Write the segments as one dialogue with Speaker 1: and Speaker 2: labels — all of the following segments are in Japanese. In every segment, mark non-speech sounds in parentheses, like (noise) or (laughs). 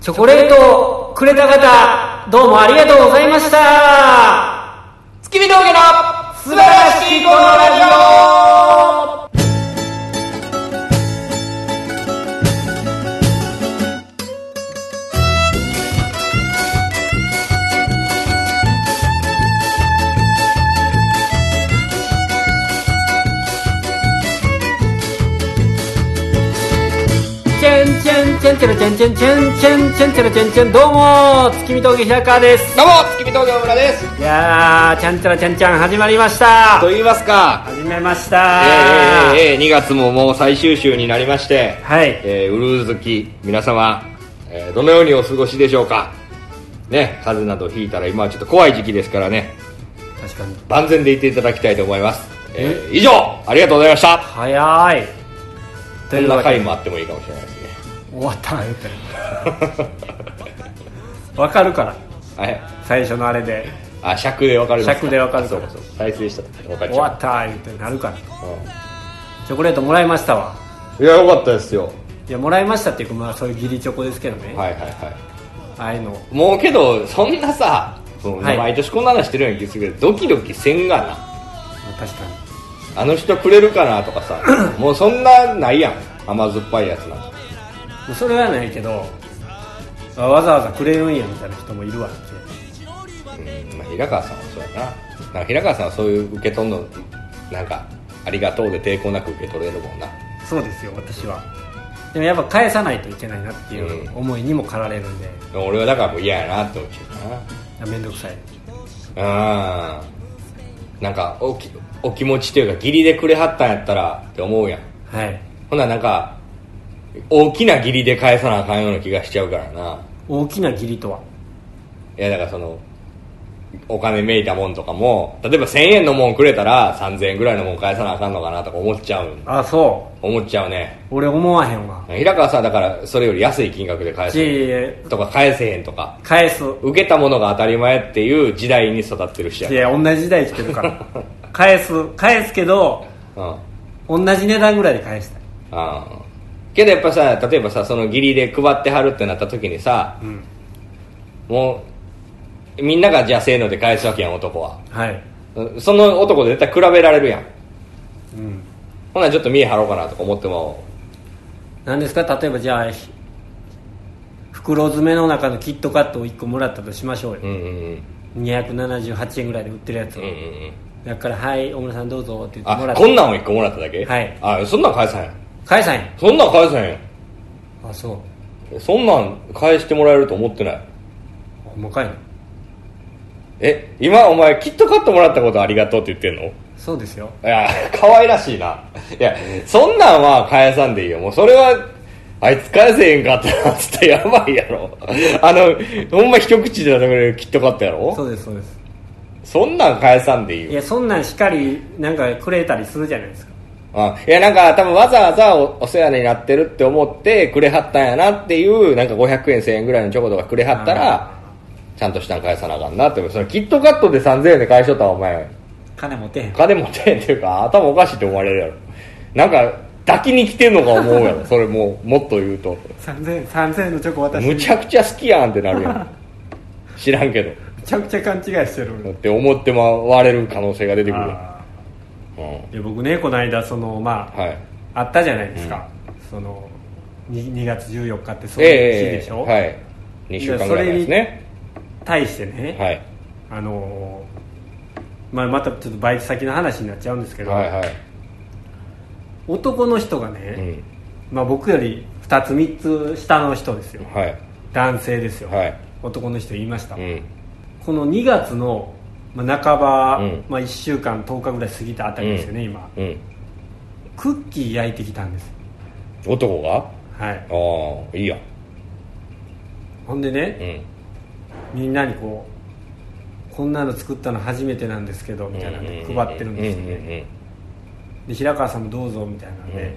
Speaker 1: チョコレートをくれた方、どうもありがとうございました
Speaker 2: 月見峠の素晴らしいこのラジ
Speaker 1: チェンチェンチェンチェルチェンチェンチェンチェンチェンチェルチェンチェン、どうも月見峠平川です
Speaker 2: オどうも月見峠の村です
Speaker 1: いやー、ちゃんちゃらちゃんちゃん始まりました
Speaker 2: と言いますか
Speaker 1: 始めまし
Speaker 2: え
Speaker 1: た
Speaker 2: ーえーえー2月ももう最終週になりまして、
Speaker 1: はい、
Speaker 2: えー、ウルーズき皆様、えーどのようにお過ごしでしょうかね風邪などひいたら今はちょっと怖い時期ですからね
Speaker 1: 確かに。
Speaker 2: 万全でいていただきたいと思います、えー以上ありがとうございました
Speaker 1: 早い。と
Speaker 2: こ
Speaker 1: い
Speaker 2: ん
Speaker 1: う
Speaker 2: な
Speaker 1: わけ
Speaker 2: 回
Speaker 1: で、
Speaker 2: もあってもいいかもしれないですね
Speaker 1: 終わったな、言ったら。わかるから、
Speaker 2: (laughs) はい
Speaker 1: 最初のあれで。
Speaker 2: あ尺でわかる
Speaker 1: 尺でわかる
Speaker 2: そうかそうか再生したらわかっ
Speaker 1: 終
Speaker 2: ち
Speaker 1: わ
Speaker 2: ゃ
Speaker 1: った言ってなるから
Speaker 2: う
Speaker 1: チョコレートもらいましたわ
Speaker 2: うんいやよかったですよ
Speaker 1: いやもらいましたっていうかまあそういう義理チョコですけどね、
Speaker 2: はいはいは
Speaker 1: ああいうの
Speaker 2: いもうけどそんなさその
Speaker 1: はい
Speaker 2: 毎年こんな話してるような気がするけどドキドキせんがな
Speaker 1: 確か
Speaker 2: あの人くれるかなとかさもうそんなないやん甘酸っぱいやつなんて
Speaker 1: にそれはないけどあわざわざくれるんやみたいな人もいるわって
Speaker 2: うん、まあ、平川さんはそうやななんか平川さんはそういう受け取るのなんかありがとうで抵抗なく受け取れるもんな
Speaker 1: そうですよ私はでもやっぱ返さないといけないなっていう
Speaker 2: うん
Speaker 1: 思いにも駆られるんで
Speaker 2: 俺はだからもう嫌やなって思っち
Speaker 1: あめんどくさい
Speaker 2: ゃうなうんなんかおきお気持ちというか義理でくれはったんやったらって思うやん
Speaker 1: はい
Speaker 2: ほんならなんか大きな義理で返さなあかんような気がしちゃうからな
Speaker 1: 大きな義理とはい
Speaker 2: やだからそのお金めいたもんとかも例えば1000円のもんくれたら3000円ぐらいのもん返さなあかんのかなとか思っちゃうん
Speaker 1: あそ
Speaker 2: 思っちゃうね
Speaker 1: う俺思わへんわ
Speaker 2: 平川さんはだからそれより安い金額で返
Speaker 1: いえい
Speaker 2: す
Speaker 1: え
Speaker 2: とか返せへんとか
Speaker 1: 返す
Speaker 2: 受けたものが当たり前っていう時代に育ってる人
Speaker 1: い
Speaker 2: や、
Speaker 1: や同じ時代生きてるから (laughs) 返す返すけど
Speaker 2: うん、あ
Speaker 1: 同じ値段ぐらいで返したい
Speaker 2: あけどやっぱさ例えばさその義理で配ってはるってなった時にさ
Speaker 1: うん
Speaker 2: もうみんながじゃあせーので返すわけやん男は
Speaker 1: はい
Speaker 2: うんその男と絶対比べられるやん
Speaker 1: うん
Speaker 2: ほなちょっと見え張ろうかなとか思っても
Speaker 1: 何ですか例えばじゃあひ袋詰めの中のキットカットを1個もらったとしましょうよ
Speaker 2: う、んうんうん
Speaker 1: 278円ぐらいで売ってるやつ
Speaker 2: う
Speaker 1: を、
Speaker 2: んうんうん
Speaker 1: だから「はい大村さんどうぞ」って言ってもら
Speaker 2: あ
Speaker 1: っ
Speaker 2: こん
Speaker 1: て
Speaker 2: なんを一個もらっただけ
Speaker 1: はい
Speaker 2: あそんなん返さへん
Speaker 1: 返さへん
Speaker 2: そんなん返さへ
Speaker 1: あそうん
Speaker 2: そんなん返してもらえると思ってない
Speaker 1: ほんまかいな
Speaker 2: え今お前キットカットもらったことありがとうって言ってんのい
Speaker 1: そうですよ
Speaker 2: や可愛らしいないやそんなんは返さんでいいよもうそれはあいつ返せへんかったなっつってやばいやろあのほんま一口で食べれるキットカットやろ
Speaker 1: そうですそうです
Speaker 2: そんなん返さんでいいよ
Speaker 1: いやそんなんしっかりなんかくれたりするじゃないですか
Speaker 2: あいやなんか多分わざわざおお世話になってるって思ってくれはったんやなっていうなんか500円1000円ぐらいのチョコとかくれはったらちゃんとしたん返さなあかんなって思うそのキットカットで3000円で返しとったらお前
Speaker 1: 金持てへん
Speaker 2: 金持ってへんっていうか頭おかしいって思われるやろなんか抱きに来てんのか思う
Speaker 1: (laughs)
Speaker 2: やろそれもうもっと言うと
Speaker 1: 3000円3000円のチョコ渡して
Speaker 2: むちゃくちゃ好きやんってなるや
Speaker 1: (laughs)
Speaker 2: ん知らんけど
Speaker 1: めちゃくちゃ勘違いしてる俺
Speaker 2: って思っても割れる可能性が出てくる
Speaker 1: あ
Speaker 2: うん
Speaker 1: ーで僕ねこの間そのまあ、
Speaker 2: はい
Speaker 1: あったじゃないですか、その 2, 2月14日ってそういう日
Speaker 2: え
Speaker 1: でし
Speaker 2: え
Speaker 1: ょ、
Speaker 2: はい2週間ぐらい前ですね
Speaker 1: 対してね、
Speaker 2: はい
Speaker 1: あのーまあ、またちょっとバイト先の話になっちゃうんですけど、
Speaker 2: はいはい
Speaker 1: 男の人が
Speaker 2: う
Speaker 1: ね、
Speaker 2: ん
Speaker 1: まあ、僕より2つ3つ下の人ですよ
Speaker 2: はい
Speaker 1: 男性ですよ、
Speaker 2: はい
Speaker 1: 男の人言いました、
Speaker 2: うん
Speaker 1: この2月の、まあ、半ば、
Speaker 2: うん
Speaker 1: まあ、1週間10日ぐらい過ぎたあたりですよね、今
Speaker 2: うん
Speaker 1: クッキー焼いてきたんですよ
Speaker 2: 男が
Speaker 1: はい
Speaker 2: ああいいやん
Speaker 1: ほんでね、
Speaker 2: うん
Speaker 1: みんなにこうこんなの作ったの初めてなんですけどみたいなんで配ってるんですよ
Speaker 2: うんうん
Speaker 1: ねで平川さんもどうぞみたいなん
Speaker 2: うん
Speaker 1: で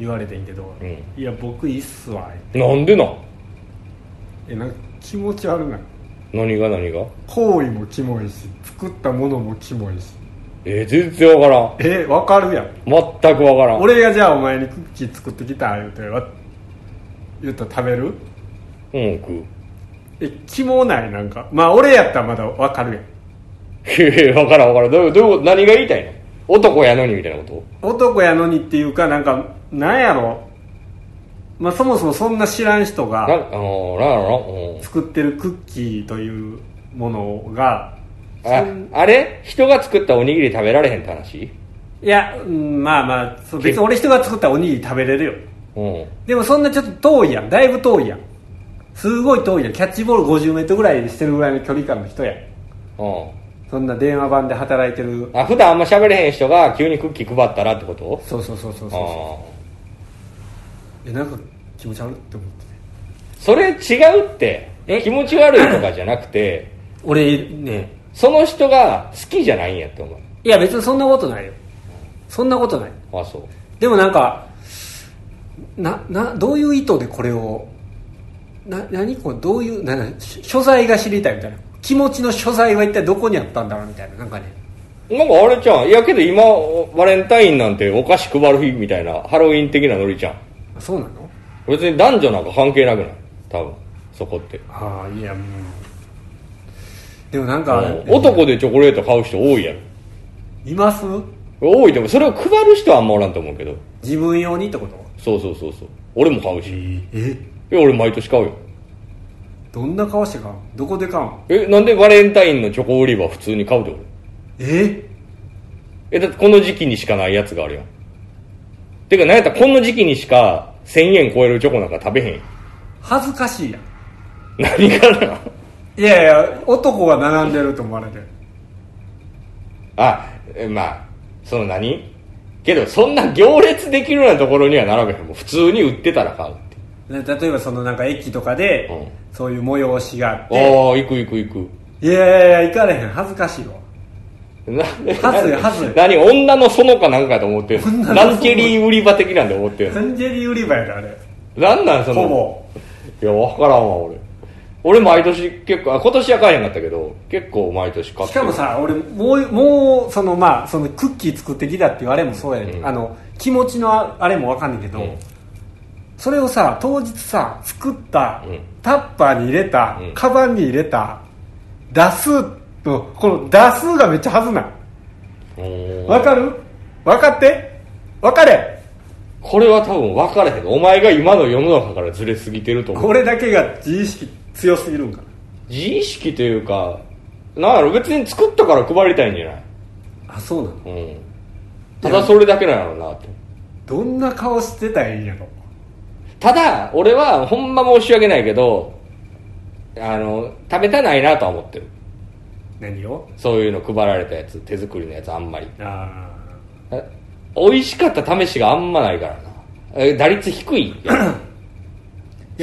Speaker 1: 言われてんけど
Speaker 2: うん
Speaker 1: 「いや僕いいっすわ」
Speaker 2: うんうんなんでなん
Speaker 1: えなんか気持ち悪ない
Speaker 2: 何が何が
Speaker 1: 行為もキモいし作ったものもキモいし
Speaker 2: えー、全然わからん
Speaker 1: えわかるやん
Speaker 2: 全くわからん
Speaker 1: 俺がじゃあお前にクッキー作ってきた言うてわ言ったら食べる
Speaker 2: うん食う
Speaker 1: え気もないなんかまあ俺やったらまだわかるやん
Speaker 2: (laughs) へえ分からん分からんどういうどういうこと何が言いたいの男やのにみたいなこと
Speaker 1: 男やのにっていうかなんかなんやろまあそもそもそんな知らん人が
Speaker 2: なんあのーなんやろ
Speaker 1: 作ってるクッキーというものが
Speaker 2: なうんああれ人が作ったおにぎり食べられへんって話
Speaker 1: いやうんまあまあそう別に俺人が作ったおにぎり食べれるよ
Speaker 2: うん
Speaker 1: でもそんなちょっと遠いやんだいぶ遠いやんすごい遠いやんキャッチボール5 0ルぐらいしてるぐらいの距離感の人やん
Speaker 2: うん
Speaker 1: そんな電話番で働いてる
Speaker 2: あ普段あんま喋れへん人が急にクッキー配ったらってこと
Speaker 1: そうそうそうそう
Speaker 2: あ
Speaker 1: そ
Speaker 2: ー
Speaker 1: うえなんか気持ち悪いって思ってね
Speaker 2: それ違うって
Speaker 3: え
Speaker 2: 気持ち悪いとかじゃなくて
Speaker 3: 俺ね
Speaker 2: その人が好きじゃないんやって思う
Speaker 3: いや別にそんなことないよそんなことない
Speaker 2: あそう
Speaker 3: でもなんかななどういう意図でこれをな何これどういうななし所在が知りたいみたいな気持ちの所在は一体どこにあったんだろうみたいななんかね
Speaker 2: なんかあれじゃんいやけど今バレンタインなんてお菓子配る日みたいなハロウィン的なノリじゃん
Speaker 3: あそうなの
Speaker 2: 別に男女なんか関係なくない多分そこって
Speaker 1: ああいやもう
Speaker 3: でもなんか
Speaker 2: うん男でチョコレート買う人多いやろ
Speaker 1: います
Speaker 2: 多いでもそれを配る人はあんまおらんと思うけど
Speaker 3: 自分用にってこと
Speaker 2: そうそうそうそう俺も買うしい
Speaker 1: え
Speaker 2: や俺毎年買うよ
Speaker 1: どんな顔して買うのどこで買うの
Speaker 2: えなんでバレンタインのチョコ売り場普通に買うで俺
Speaker 1: え
Speaker 2: えだってこの時期にしかないやつがあるやんてか何やったらこの時期にしか1000円超えるチョコなんか食べへんよ
Speaker 1: 恥ずかしいやん
Speaker 2: (laughs) 何かない
Speaker 1: やいや男が並んでると思われてる
Speaker 2: あえまあその何けどそんな行列できるようなところには並べへんもう普通に売ってたら買うって
Speaker 1: ね例えばそのなんか駅とかで、
Speaker 2: う
Speaker 1: そういう催しがあって
Speaker 2: ああ行く行く行く
Speaker 1: いやいやいや行かれへん恥ずかしいわ
Speaker 2: なんで
Speaker 1: はずいはずい
Speaker 2: 何女の園かなんかと思ってる
Speaker 1: 女の園
Speaker 2: ランチェリー売り場的なんで思ってる
Speaker 1: サンジェリー売り場やであれ
Speaker 2: なんなんその
Speaker 1: ほぼ
Speaker 2: いや分からんわ俺俺毎年結構あ今年は買えへんかったけど結構毎年買ってる
Speaker 1: しかもさ俺もうもうそのまあそのクッキー作ってきたっていうあれもそうやね、
Speaker 2: うん
Speaker 1: あの気持ちのああれもわかんないけど、
Speaker 2: うん
Speaker 1: それをさ当日さ作った、
Speaker 2: うん
Speaker 1: タッパーに入れた、
Speaker 2: うん
Speaker 1: カバンに入れた出すのこの出すがめっちゃはずな
Speaker 2: うん
Speaker 1: わかる分かって分かれ
Speaker 2: これは多分分からへんお前が今の世の中からずれすぎてると思う
Speaker 1: 俺だけが自意識強すぎるんかな
Speaker 2: 自意識というかなんやろ別に作ったから配りたいんじゃない
Speaker 1: あそうなの
Speaker 2: うんただそれだけなんやろうなって
Speaker 1: どんな顔してたらいいんやろ
Speaker 2: ただ俺はほんま申し訳ないけどあの食べたないなとは思ってる
Speaker 1: 何を
Speaker 2: そういうの配られたやつ手作りのやつあんまり
Speaker 1: ああ
Speaker 2: え美味しかった試しがあんまないからなえ打率低いやんそ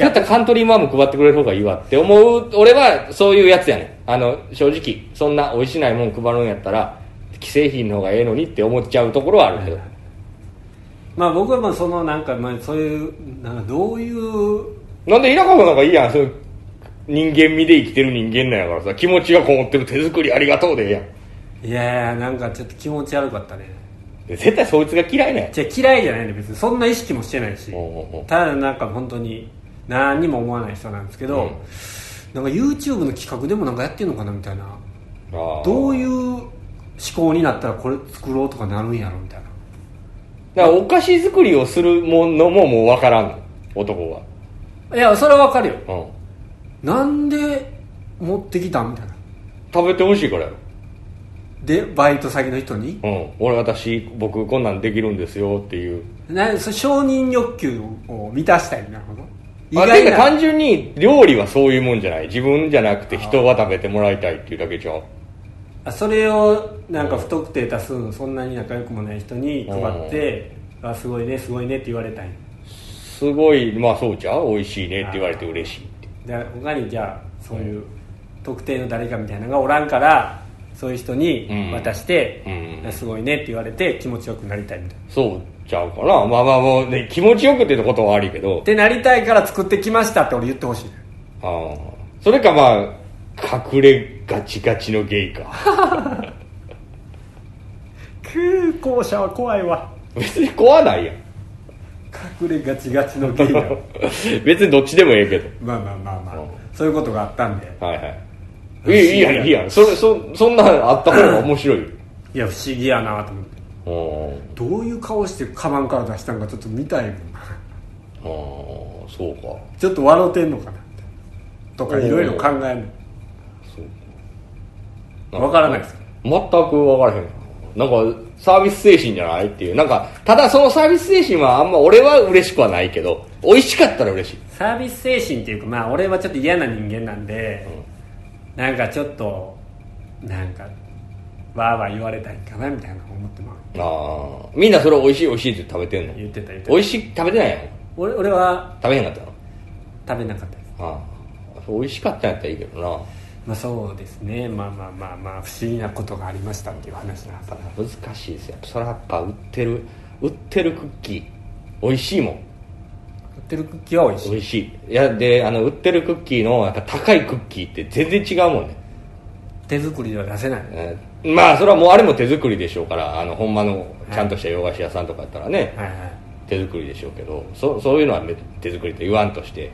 Speaker 2: うやったらカントリーマアム配ってくれる方がいいわって思う俺はそういうやつやねんあの正直そんな美味しないもん配るんやったら既製品の方がええのにって思っちゃうところはあるけ (laughs) ど
Speaker 1: まあ僕はまあそのなんかまあそういうなんかどういう
Speaker 2: なんで田舎のなんかいいやんそういう人間味で生きてる人間なんやからさ気持ちがこもってる手作りありがとうでええやん
Speaker 1: いやいやなんかちょっと気持ち悪かったね
Speaker 2: で絶対そいつが嫌いなんや
Speaker 1: じゃあ嫌いじゃないの別にそんな意識もしてないし
Speaker 2: おうおうおう
Speaker 1: ただなんか本当に何にも思わない人なんですけど、
Speaker 2: うん
Speaker 1: なんか YouTube の企画でもなんかやってんのかなみたいな
Speaker 2: ああ
Speaker 1: どういう思考になったらこれ作ろうとかなるんやろみたいな
Speaker 2: だからお菓子作りをするものももう分からんの男はい
Speaker 1: やそれはわかるよ
Speaker 2: うん
Speaker 1: なんで持ってきたんみたいな
Speaker 2: 食べてほしいからやろ
Speaker 1: でバイト先の人に
Speaker 2: うん、俺私僕こんなんできるんですよっていう
Speaker 1: なそ承認欲求を満たしたいみたいなこと
Speaker 2: あてか単純に料理はそういうもんじゃない自分じゃなくて人が食べてもらいたいっていうだけじゃん
Speaker 1: あそれをなんか不特定多数のそんなに仲良くもない人に配って「あすごいねすごいね」って言われたい
Speaker 2: すごいまあそうじゃん美味しいねって言われて嬉しいって
Speaker 1: で他にじゃあそういう特定の誰かみたいなのがおらんからそういう人に渡して
Speaker 2: うんうん
Speaker 1: あすごいね」って言われて気持ちよくなりたいみたいなっ
Speaker 2: そうちゃうかなまあまあもう、ね、気持ちよくっていうことはありけど
Speaker 1: てなりたいから作ってきましたって俺言ってほしい
Speaker 2: あーそれかまあ隠れガチガチのゲイか (laughs)
Speaker 1: 空校舎は怖いわ
Speaker 2: 別に怖ないやん
Speaker 1: 膨れガチガチのゲイな
Speaker 2: (laughs)
Speaker 1: (laughs)
Speaker 2: 別にどっちでもええけど
Speaker 1: まあまあまあまあ、
Speaker 2: うん
Speaker 1: そういうことがあったんで
Speaker 2: はいはいいいいいやんいいやんそれそそんなんあった方が面白いよ
Speaker 1: いや不思議やなと思って
Speaker 2: うん
Speaker 1: どういう顔してカバンから出したんかちょっと見たいもんな
Speaker 2: ああそうか
Speaker 1: ちょっと笑うてんのかなみたいなとかいろいろ考える
Speaker 2: そう
Speaker 1: わからないです
Speaker 2: 全く分からへんなんかサービス精神じゃないっていうなんかただそのサービス精神はあんま俺は嬉しくはないけど美味しかったら嬉しい
Speaker 1: サービス精神っていうかまあ俺はちょっと嫌な人間なんで、なんかちょっとなんかわーわー言われたいかなみたいな思ってます
Speaker 2: ああみんなそれ美味しい美味しいって食べてんの
Speaker 1: 言ってた言って
Speaker 2: 美
Speaker 1: た
Speaker 2: 味しい食べてないやん
Speaker 1: 俺俺は
Speaker 2: 食べへんかったの
Speaker 1: 食べなかったです
Speaker 2: ああ美味しかったんやったらいいけどな
Speaker 1: まあそうですねまあまあまあまあ不思議なことがありましたっていう話なんです
Speaker 2: やっぱ難しいですよやっぱそれはやっぱ売ってる売ってるクッキー美味しいもん
Speaker 1: 売ってるクッキーは美味しい
Speaker 2: 美味しいいやであの売ってるクッキーのやっぱ高いクッキーって全然違うもんね
Speaker 1: 手作りでは出せない
Speaker 2: えーまあそれはもうあれも手作りでしょうからあのほんまのちゃんとした洋菓子屋さんとかやったらね、
Speaker 1: はいはい
Speaker 2: 手作りでしょうけどそそういうのはめ手作りと言わんとして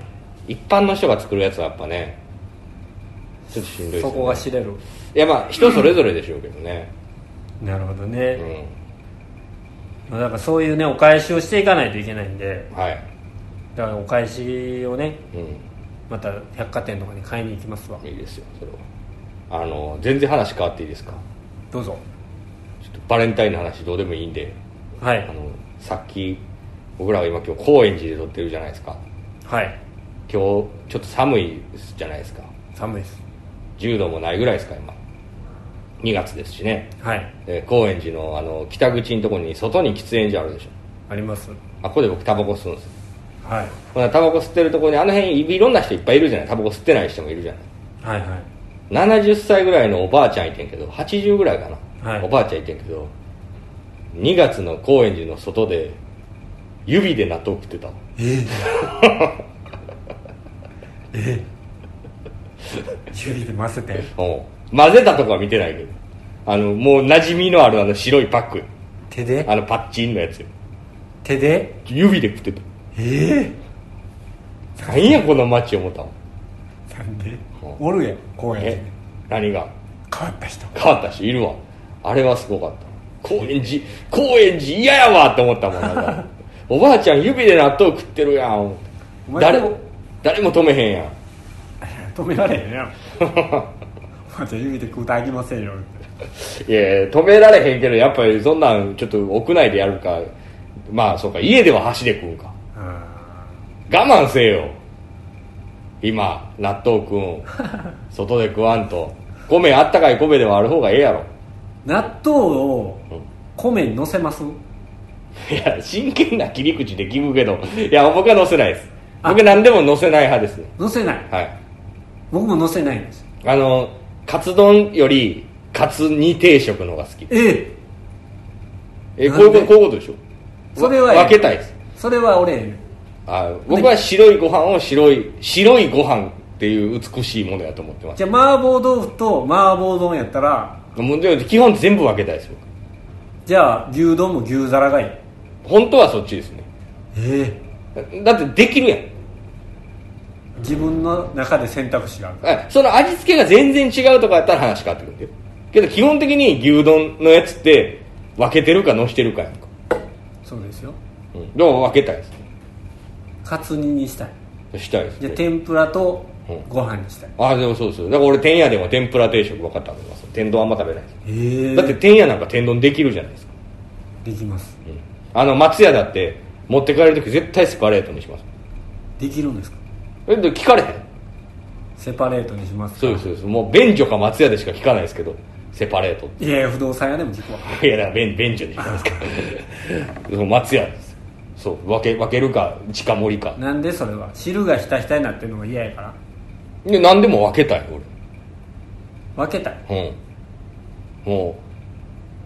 Speaker 2: 一般の人が作るやつはやっぱねちょっとしんどいです
Speaker 1: そ
Speaker 2: よ
Speaker 1: こ
Speaker 2: ね
Speaker 1: が知れる
Speaker 2: いやまあ人それぞれでしょうけどね
Speaker 1: なるほど
Speaker 2: う
Speaker 1: ね、
Speaker 2: ん
Speaker 1: まあだからそういうねお返しをしていかないといけないんで
Speaker 2: はい
Speaker 1: だからお返しをね
Speaker 2: う
Speaker 1: また百貨店とかに買いに行きますわ
Speaker 2: んいいですよそれはあの全然話変わっていいですか
Speaker 1: どうぞ
Speaker 2: ちょっとバレンタインの話どうでもいいんで
Speaker 1: は
Speaker 2: あ
Speaker 1: い
Speaker 2: のさっき僕らが今今日高円寺で撮ってるじゃないですか
Speaker 1: はい
Speaker 2: 今日ちょっと寒いじゃないですか
Speaker 1: 寒いです
Speaker 2: 10度もないぐらいですか今2月ですしね
Speaker 1: はい
Speaker 2: で高円寺のあの北口のところに外に喫煙所あるでしょ
Speaker 1: あります
Speaker 2: あここで僕タバコ吸うんですよ
Speaker 1: はい
Speaker 2: ほなタバコ吸ってるところにあの辺いろんな人いっぱいいるじゃないタバコ吸ってない人もいるじゃない
Speaker 1: はいはい
Speaker 2: 70歳ぐらいのおばあちゃんいてんけど80ぐらいかな、
Speaker 1: はい
Speaker 2: おばあちゃんいてんけど2月の高円寺の外で指で納豆食ってた
Speaker 1: 指で混ぜて
Speaker 2: お混ぜたとこは見てないけどあのもう馴染みのあるあの白いパック
Speaker 1: 手で
Speaker 2: あのパッチンのやつよ
Speaker 1: 手で
Speaker 2: 指で食って
Speaker 1: え
Speaker 2: た何やこの街思ったもん
Speaker 1: えなんで
Speaker 2: うん
Speaker 1: おるやん公園
Speaker 2: え何が
Speaker 1: 変わった人
Speaker 2: 変わった人いるわあれはすごかった高円寺高円寺嫌やわって思ったもんな
Speaker 1: (laughs)
Speaker 2: んかおばあちゃん指で納豆食ってるやん思って
Speaker 1: お前
Speaker 2: 誰
Speaker 1: でも
Speaker 2: も誰も止めへんやん
Speaker 1: 止められへんやん (laughs) お前じゃ指で食うてあきませんよ
Speaker 2: いや止められへんけどやっぱりそんなんちょっと屋内でやるかまあそうか家では箸で食うんか
Speaker 1: あ
Speaker 2: 我慢せよ今納豆
Speaker 1: (laughs)
Speaker 2: 食うん外で食わんと米あったかい米ではある方がええやろ
Speaker 1: ー納豆を
Speaker 2: うん
Speaker 1: 米にのせます
Speaker 2: いや真剣な切り口で聞くけどいや僕は載せないです僕何でも載せない派ですね
Speaker 1: のせない
Speaker 2: はい
Speaker 1: 僕ものせないんです
Speaker 2: あのカツ丼よりカツ煮定食の方が好き
Speaker 1: ええ
Speaker 2: え
Speaker 1: な
Speaker 2: こ
Speaker 1: ん
Speaker 2: うい
Speaker 1: で
Speaker 2: うことこういうことでしょ
Speaker 1: それはええ
Speaker 2: 分けたいです
Speaker 1: それは俺ええねん
Speaker 2: あ僕は白いご飯を白い白いご飯っていう美しいものやと思ってます
Speaker 1: じゃあ麻婆豆腐と麻婆丼やったら
Speaker 2: もうでも基本全部分けたいです僕
Speaker 1: じゃあ牛丼も牛皿がいい
Speaker 2: 本当はそっちですね
Speaker 1: え
Speaker 2: だってできるやん
Speaker 1: え自分の中で選択肢がある
Speaker 2: あその味付けが全然違うとかやったら話変わってくるんだよけど基本的に牛丼のやつって分けてるかのしてるかやんか、
Speaker 1: そうですよ
Speaker 2: うん、でも分けたいです
Speaker 1: カツ煮にしたい
Speaker 2: ねしたいです
Speaker 1: じゃあ
Speaker 2: ね
Speaker 1: 天ぷらとご飯にしたい、
Speaker 2: あでもそうですよだから俺天屋でも天ぷら定食分かったと思います天丼あんま食べないです
Speaker 1: ええ
Speaker 2: だって天屋なんか天丼できるじゃないですか
Speaker 1: できます
Speaker 2: あの松屋だって持って帰る時絶対セパレートにします
Speaker 1: できるんですか
Speaker 2: えで聞かれへん
Speaker 1: セパレートにしますか
Speaker 2: そうですそうですもう便所か松屋でしか聞かないですけどセパレートっ
Speaker 1: いやいや不動産屋でも聞くわ
Speaker 2: て (laughs) いやだから便便所でしか (laughs) ないですからそう松屋ですそう分け分けるか近盛りか
Speaker 1: なんでそれは汁がひたひたになってるのが嫌やから
Speaker 2: で何でも分けたい
Speaker 1: 分けたい
Speaker 2: 俺うんも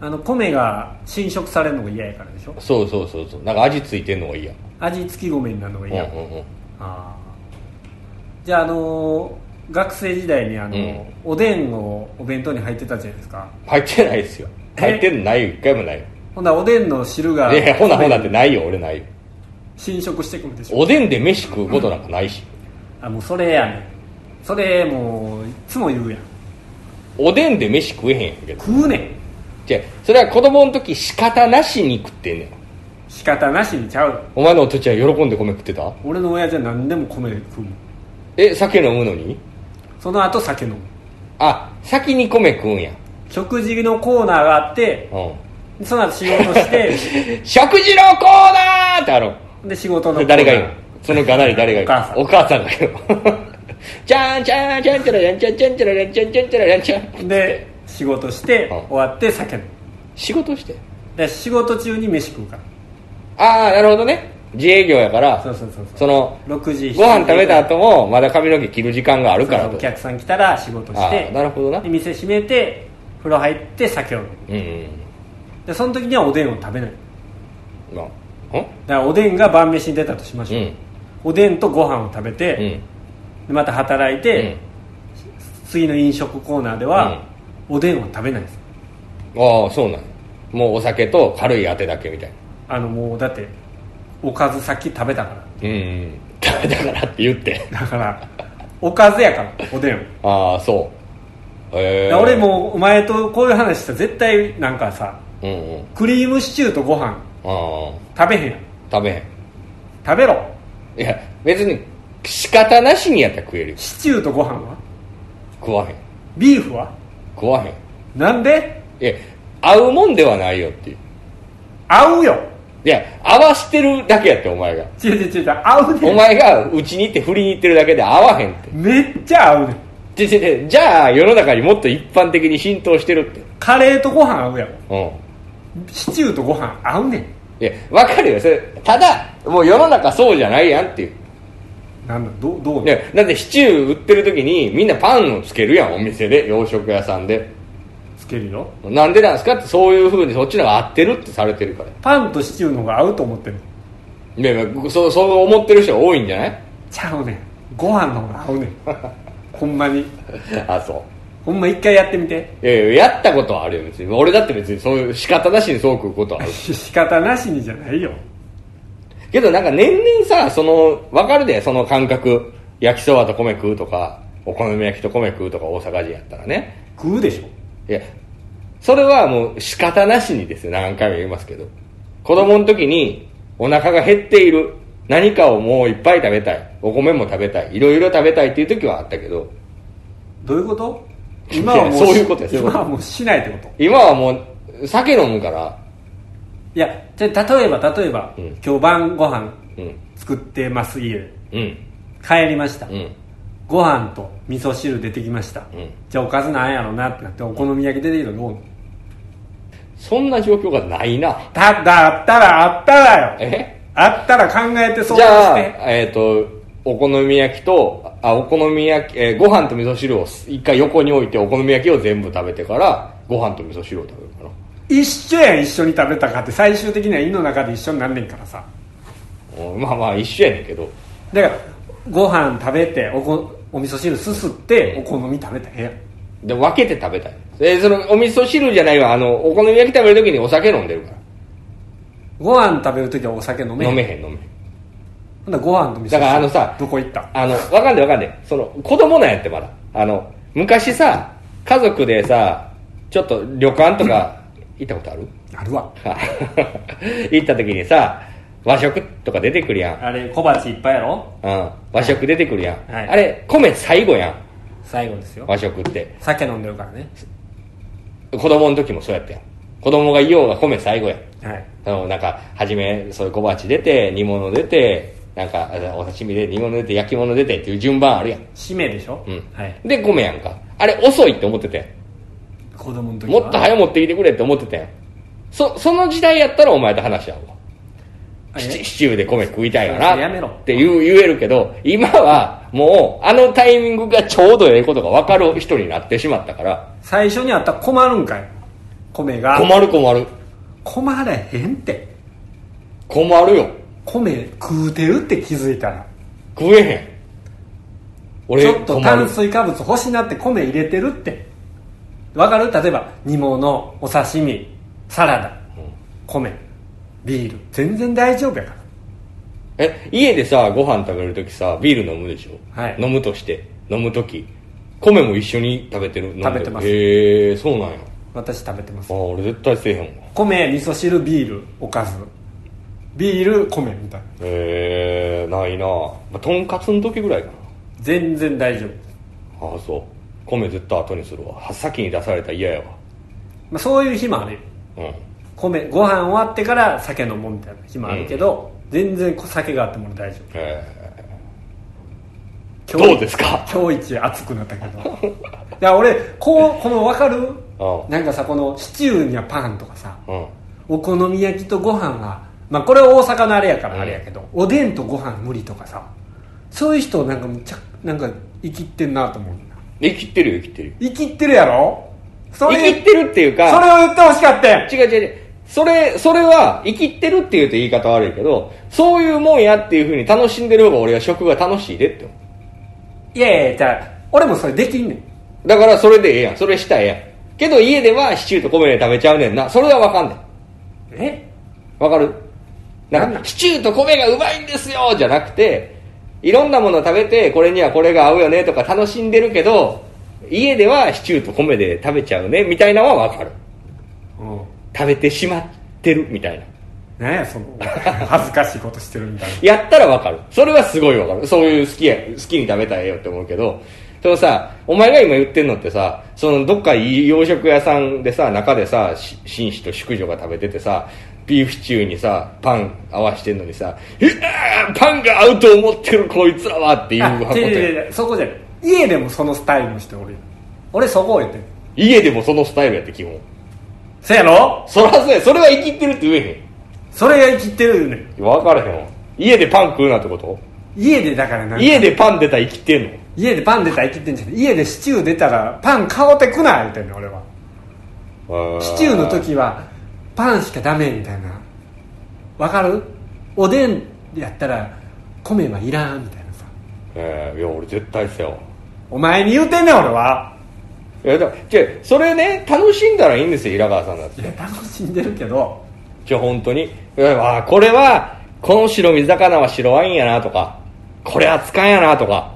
Speaker 1: あの米が侵食されるのが嫌やからでしょ
Speaker 2: うそうそうそうそうなんか味ついてんのが嫌
Speaker 1: 味付き米になるのが
Speaker 2: う
Speaker 1: 嫌、
Speaker 2: んうんうん
Speaker 1: あーじゃあ、あのー学生時代にあのー、おでんをお弁当に入ってたじゃないですか
Speaker 2: 入ってないですよ入ってんのないよ一回もないよ
Speaker 1: ほんならおでんの汁が
Speaker 2: いやほなほなってないよ俺ないよ
Speaker 1: 侵食してくるでしょ
Speaker 2: おでんで飯食うことなんかないし
Speaker 1: あもうそれやねんそれもういつも言うやん
Speaker 2: おでんで飯食えへんやんけど
Speaker 1: 食うねん
Speaker 2: じゃそれは子供の時仕方なしに食ってんねん
Speaker 1: 仕方なしにちゃう
Speaker 2: お前のお父ちゃん喜んで米食ってた
Speaker 1: 俺の親父は何でも米食うもん
Speaker 2: え酒飲むのに
Speaker 1: その後酒飲む
Speaker 2: あ先に米食うんや
Speaker 1: 食事のコーナーがあって
Speaker 2: うん (laughs)
Speaker 1: その後仕事して
Speaker 2: 食事のコーナーってある
Speaker 1: で仕事の
Speaker 2: それ誰が言うのそのがなり誰が言う
Speaker 1: お母さん
Speaker 2: お母さんが言う (laughs) のじゃんじゃんじゃんじゃらじゃんじゃんじゃんじゃらじゃんじゃんじゃらじゃんじゃん
Speaker 1: で仕事して
Speaker 2: うん
Speaker 1: 終わって酒飲む
Speaker 2: 仕事して
Speaker 1: で仕事中に飯食うから
Speaker 2: ああなるほどね自営業やから
Speaker 1: そうそうそうそ
Speaker 2: その
Speaker 1: う6時
Speaker 2: ご飯食べた後もまだ髪の毛切る時間があるから
Speaker 1: そうそう
Speaker 2: と
Speaker 1: お客さん来たら仕事し
Speaker 2: あ
Speaker 1: て
Speaker 2: あなるほどな
Speaker 1: で店閉めて風呂入って酒を飲む
Speaker 2: うんうん
Speaker 1: でその時にはおでんを食べない
Speaker 2: まあ
Speaker 1: だ
Speaker 2: ん
Speaker 1: からおでんが晩飯に出たとしまし
Speaker 2: う
Speaker 1: ょう、
Speaker 2: ん
Speaker 1: おでんとご飯を食べ
Speaker 2: う
Speaker 1: て、
Speaker 2: ん
Speaker 1: でまた働いうて
Speaker 2: ん、
Speaker 1: 次の飲食コーナーでは、おでんは食べないです
Speaker 2: ああそうなんやもうお酒と軽いあてだけみたいな
Speaker 1: あのもうだっておかず先食べたか
Speaker 2: うんうん (laughs) 食べたからって言って
Speaker 1: らだからおかずやからおでんを
Speaker 2: ああそうへえ
Speaker 1: だから俺もお前とこういう話したら絶対なんかさ
Speaker 2: うんうん
Speaker 1: クリームシチューとご飯
Speaker 2: ああ
Speaker 1: 食べへんやん
Speaker 2: 食べへん
Speaker 1: 食べろ
Speaker 2: いや別に仕方なしにやったら食えるよ
Speaker 1: シチューとご飯は
Speaker 2: 食わへん
Speaker 1: ビーフは
Speaker 2: 食わへん
Speaker 1: なんで
Speaker 2: いや合うもんではないよっていう
Speaker 1: 合うよ
Speaker 2: いや合わしてるだけやってお前が
Speaker 1: 違う違う違う違う合う
Speaker 2: お
Speaker 1: ね
Speaker 2: 前がうちに行って振りに行ってるだけで合わへんっ
Speaker 1: んめっちゃ合うねん
Speaker 2: てでででじゃあ世の中にもっと一般的に浸透してるって
Speaker 1: カレーとご飯合うやろ
Speaker 2: うん
Speaker 1: シチューとご飯合うねん
Speaker 2: いや分かるよそれただもう世の中そうじゃないやんっていう
Speaker 1: なんだどうどう
Speaker 2: いやだってシチュー売ってる時にみんなパンをつけるやんお店で洋食屋さんで
Speaker 1: つけるよ
Speaker 2: なんでなんですかってそういうふうにそっちの方が合ってるってされてるから
Speaker 1: パンとシチューの方が合うと思ってる
Speaker 2: いやいやそうそう思ってる人が多いんじゃない (laughs)
Speaker 1: ちゃうねんご飯の方が合うねんほんまに
Speaker 2: あそ
Speaker 1: ほんま一回やってみて
Speaker 2: ういやいややったことはあるよ別に俺だって別にそういう仕方なしにそう食うことはある
Speaker 1: 仕方なしにじゃないよ
Speaker 2: けどなんか年々さその分かるでその感覚焼きそばと米食うとかお好み焼きと米食うとか大阪人やったらね
Speaker 1: 食うでしょ
Speaker 2: いやそれはもう仕方なしにですよ何回も言いますけど子供の時にお腹が減っている何かをもういっぱい食べたいお米も食べたいいろいろ食べたいっていう時はあったけど
Speaker 1: どういうこと今はもう
Speaker 2: いやそういうことやそういうこ
Speaker 1: 今
Speaker 2: と
Speaker 1: はもうしないってこと
Speaker 2: 今はもう酒飲むから
Speaker 1: いやじゃあ例えば例えば、
Speaker 2: うん
Speaker 1: 今日晩ご飯
Speaker 2: うん
Speaker 1: 作ってます家で
Speaker 2: うん
Speaker 1: 帰りました、
Speaker 2: うん
Speaker 1: ご飯と味噌汁出てきました、
Speaker 2: うん
Speaker 1: じゃあおかずなんやろうなってなってお好み焼き出てきたらどうなの
Speaker 2: そんな状況がないな
Speaker 1: ただあったらあったらよ
Speaker 2: え
Speaker 1: あったら考えてそう
Speaker 2: じゃあ
Speaker 1: して
Speaker 2: えっ、とお好み焼きとあお好み焼き、えーご飯と味噌汁を一回横に置いてお好み焼きを全部食べてからご飯と味噌汁を食べるかな
Speaker 1: 一緒やん一緒に食べたかって最終的には胃の中で一緒になんねんからさ
Speaker 2: うんまあまあ一緒やねんけど
Speaker 1: だからご飯食べておこお味噌汁すすってお好み食べたらええやん
Speaker 2: で分けて食べたいえーそのお味噌汁じゃないわあのお好み焼き食べる時にお酒飲んでるか
Speaker 1: ご飯食べるときはお酒飲め
Speaker 2: ら
Speaker 1: へん
Speaker 2: 飲めへん飲めへん
Speaker 1: ほんならご飯と味噌汁
Speaker 2: だからあのさ
Speaker 1: どこ行った
Speaker 2: あの分かんない分かんないその子供なんやってまだあの昔さ家族でさちょっと旅館と (laughs) か行ったことある
Speaker 1: あるわ
Speaker 2: はい行った時にさ和食とか出てくるやん、
Speaker 1: あれ小鉢いっぱいやろ
Speaker 2: うん、和食出てくるやん、
Speaker 1: はい
Speaker 2: あれ米最後やん
Speaker 1: 最後ですよ
Speaker 2: 和食って
Speaker 1: 酒飲んでるからね
Speaker 2: 子供の時もそうやったやん子供がいようが米最後やん
Speaker 1: はい
Speaker 2: あのなんか初めそういう小鉢出て煮物出てなんかあお刺身で煮物出て焼き物出てっていう順番あるやん、
Speaker 1: 締めでしょ、
Speaker 2: うん
Speaker 1: はい、
Speaker 2: で米やんかあれ遅いって思ってたやん
Speaker 1: 子供の時
Speaker 2: も
Speaker 1: は
Speaker 2: っと早持ってきてくれって思ってたやんそその時代やったらお前と話し合うわ
Speaker 1: あ
Speaker 2: シチ
Speaker 1: え
Speaker 2: シチューで米食いたいよな
Speaker 1: やめろ
Speaker 2: って言う言えるけど今はもうあのタイミングがちょうどええことが分かる人になってしまったから
Speaker 1: 最初にあったら困るんかい米が
Speaker 2: 困る困る
Speaker 1: 困らへんって
Speaker 2: 困るよ
Speaker 1: 米食うてるって気づいたら
Speaker 2: 食えへん俺
Speaker 1: ちょっと
Speaker 2: 困る
Speaker 1: 炭水化物欲しなって米入れてるってわかる例えば煮物お刺身サラダ、米ビール全然大丈夫やから
Speaker 2: え家でさご飯食べる時さビール飲むでしょ、
Speaker 1: はい
Speaker 2: 飲むとして飲む時米も一緒に食べてる飲んでる
Speaker 1: 食べてます
Speaker 2: へえそうなんや
Speaker 1: 私食べてま
Speaker 2: あ
Speaker 1: す
Speaker 2: ー俺絶対せえへんわ
Speaker 1: 米味噌汁ビールおかずビール米みたいな
Speaker 2: へえないな、まあ、とんかつの時ぐらいかな
Speaker 1: 全然大丈夫、
Speaker 2: ああそう米絶対後にするわ先に出されたら嫌やわ
Speaker 1: まあ、そういう日もあるよ
Speaker 2: うん
Speaker 1: 米ご飯終わってから酒飲もうみたいな日もあるけど、全然酒があっても大丈
Speaker 2: え
Speaker 1: 夫
Speaker 2: ー、どうですか
Speaker 1: 今日一熱くなったけど
Speaker 2: (laughs)
Speaker 1: いや俺こうこの分かる
Speaker 2: うん
Speaker 1: なんかさこのシチューにはパンとかさ
Speaker 2: うん
Speaker 1: お好み焼きとご飯はまあこれは大阪のあれやから
Speaker 2: うん
Speaker 1: あれやけど、おでんとご飯無理とかさそういう人なんかむちゃなんか生きってんなと思う
Speaker 2: 生きってるよ生きってるよ
Speaker 1: 生きってるやろそ
Speaker 2: 生
Speaker 1: れ
Speaker 2: きってるっていうか
Speaker 1: それを言ってほしかったやん
Speaker 2: 違う違う違う。それ、それは、生きってるって言うと言い方悪いけど、そういうもんやっていうふうに楽しんでる方が俺は食が楽しいでって思
Speaker 1: いやいやじゃあ俺もそれできんねん
Speaker 2: う。だからそれでええやん。それしたらええやん。けど家ではシチューと米で食べちゃうねんな。それはわかんねん。
Speaker 1: え
Speaker 2: わかるなん
Speaker 1: なんな
Speaker 2: か、シチューと米がうまいんですよじゃなくて、いろんなもの食べて、これにはこれが合うよねとか楽しんでるけど、家ではシチューと米で食べちゃうねみたいなのはわかる。
Speaker 1: うん
Speaker 2: 食べてしまってるみたいな。
Speaker 1: 何やその恥ずかしいことしてるみたいな
Speaker 2: やったらわかる。それはすごいわかる。そういう好きや、好きに食べたらええよって思うけど、そのさ、お前が今言ってんのってさ、そのどっかいい洋食屋さんでさ、中でさ、し紳士と淑女が食べててさ、ビーフシチューにさ、パン合わしてんのにさ、いやーパンが合うと思ってるこいつらはっていう
Speaker 1: あ
Speaker 2: こと
Speaker 1: 違う違う
Speaker 2: や。
Speaker 1: 違うそこじゃない家でもそのスタイルの人おるやん俺そこを言ってん
Speaker 2: 家でもそのスタイルやって基本。
Speaker 1: せやろ
Speaker 2: そらそうや、それは生きってるって言え
Speaker 1: それが生きってるよねん
Speaker 2: へん。わからへんわ。家でパン食うなってこと
Speaker 1: 家でだからな家
Speaker 2: 家でパン出たら生きてんの
Speaker 1: 家でパン出たら生きてんじゃん家でシチュー出たらパン買おうてくな言うてんねん俺は
Speaker 2: あ
Speaker 1: シチューの時はパンしかダメみたいなわかるおでんやったら米はいらんみたいなさ
Speaker 2: えーいや、俺絶対せよ。
Speaker 1: お前に言うてんねん俺はい
Speaker 2: やだじゃそれね楽しんだらいいんですよ平川さんだって
Speaker 1: いや楽しんでるけど
Speaker 2: じゃ本当にいやあこれはこの白身魚は白ワインやなとかこれ熱燗やなとか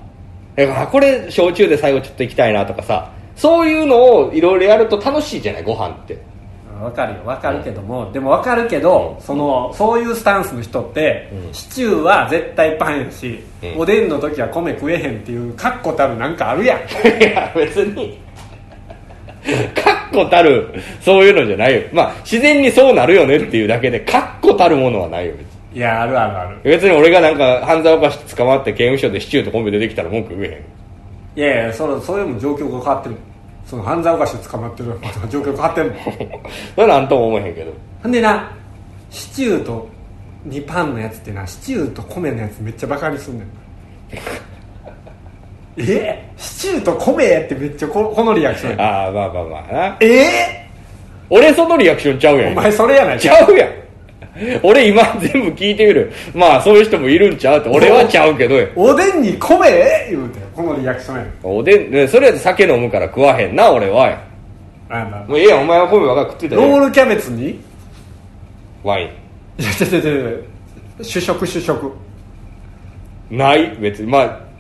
Speaker 2: いやあこれ焼酎で最後ちょっと行きたいなとかさそういうのをいろいろやると楽しいじゃないご飯って (laughs)
Speaker 1: わかるよわかるけども、でもわかるけど、そのそういうスタンスの人って、
Speaker 2: うん
Speaker 1: シチューは絶対パンやし、
Speaker 2: うん
Speaker 1: おでんの時は米食えへんっていう確固たるなんかあるやん
Speaker 2: いや別に (laughs) 確固たるそういうのじゃないよまあ自然にそうなるよねっていうだけで確固たるものはないよ別
Speaker 1: い
Speaker 2: に
Speaker 1: やあるあるある
Speaker 2: 別に俺がなんか犯罪犯して捕まって刑務所でシチューとコンビ出てきたら文句言えへん
Speaker 1: いやいやそれそれも状況が変わってるその犯罪おかしで捕まってる (laughs) 状況変わってるも
Speaker 2: それ (laughs) なんとも思えへんけど
Speaker 1: んほんでなシチューとにパンのやつってなシチューと米のやつめっちゃバカにすん (laughs) ねんえシチューと米ってめっちゃここのリアクションや
Speaker 2: ああまあまあまあな
Speaker 1: ええ
Speaker 2: 俺そのリアクションちゃうや
Speaker 1: お
Speaker 2: ん
Speaker 1: 前それやないか
Speaker 2: ちゃうやん (laughs) 俺今全部聞いてみるまあそういう人もいるんちゃうって俺はちゃうけどよ
Speaker 1: おでんに米言うてこのリアクションやん
Speaker 2: おでんねそれやと酒飲むから食わへんな俺は
Speaker 1: あまあ
Speaker 2: もうええやんお前は米ばっかり食ってた
Speaker 1: ロー
Speaker 2: よ
Speaker 1: ルキャベツに
Speaker 2: ワイ
Speaker 1: いや違う違う違う主食主食
Speaker 2: ンない別にまあ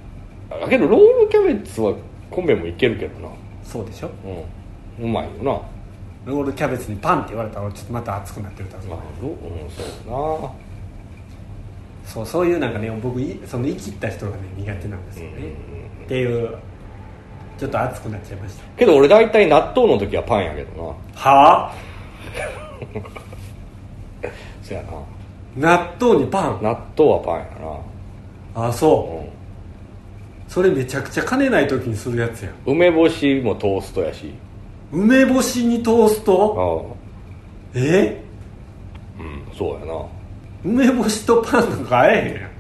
Speaker 2: だけどロールキャベツは米もいけるけどな
Speaker 1: そうでしょ
Speaker 2: うんうまいよな
Speaker 1: ロールキャベツにパンって言われたら俺ちょっとまた熱くなってるから
Speaker 2: まあロうんそうな
Speaker 1: そうそういうなんかね僕いその生きった人がね苦手なんですよねっていうちょっと熱くなっちゃいまし
Speaker 2: けど俺大体納豆の時はパンやけどな
Speaker 1: たはあ
Speaker 2: そやな
Speaker 1: 納豆にパン
Speaker 2: 納豆はパンや
Speaker 1: あそ
Speaker 2: な、うん
Speaker 1: うそれめちゃくちゃ金ない時にするやつやん
Speaker 2: 梅干しもトーストやし
Speaker 1: 梅干しにトース
Speaker 2: あ
Speaker 1: ト
Speaker 2: あ
Speaker 1: え
Speaker 2: うんそうやな
Speaker 1: 梅干しとパンなんか合えへんやん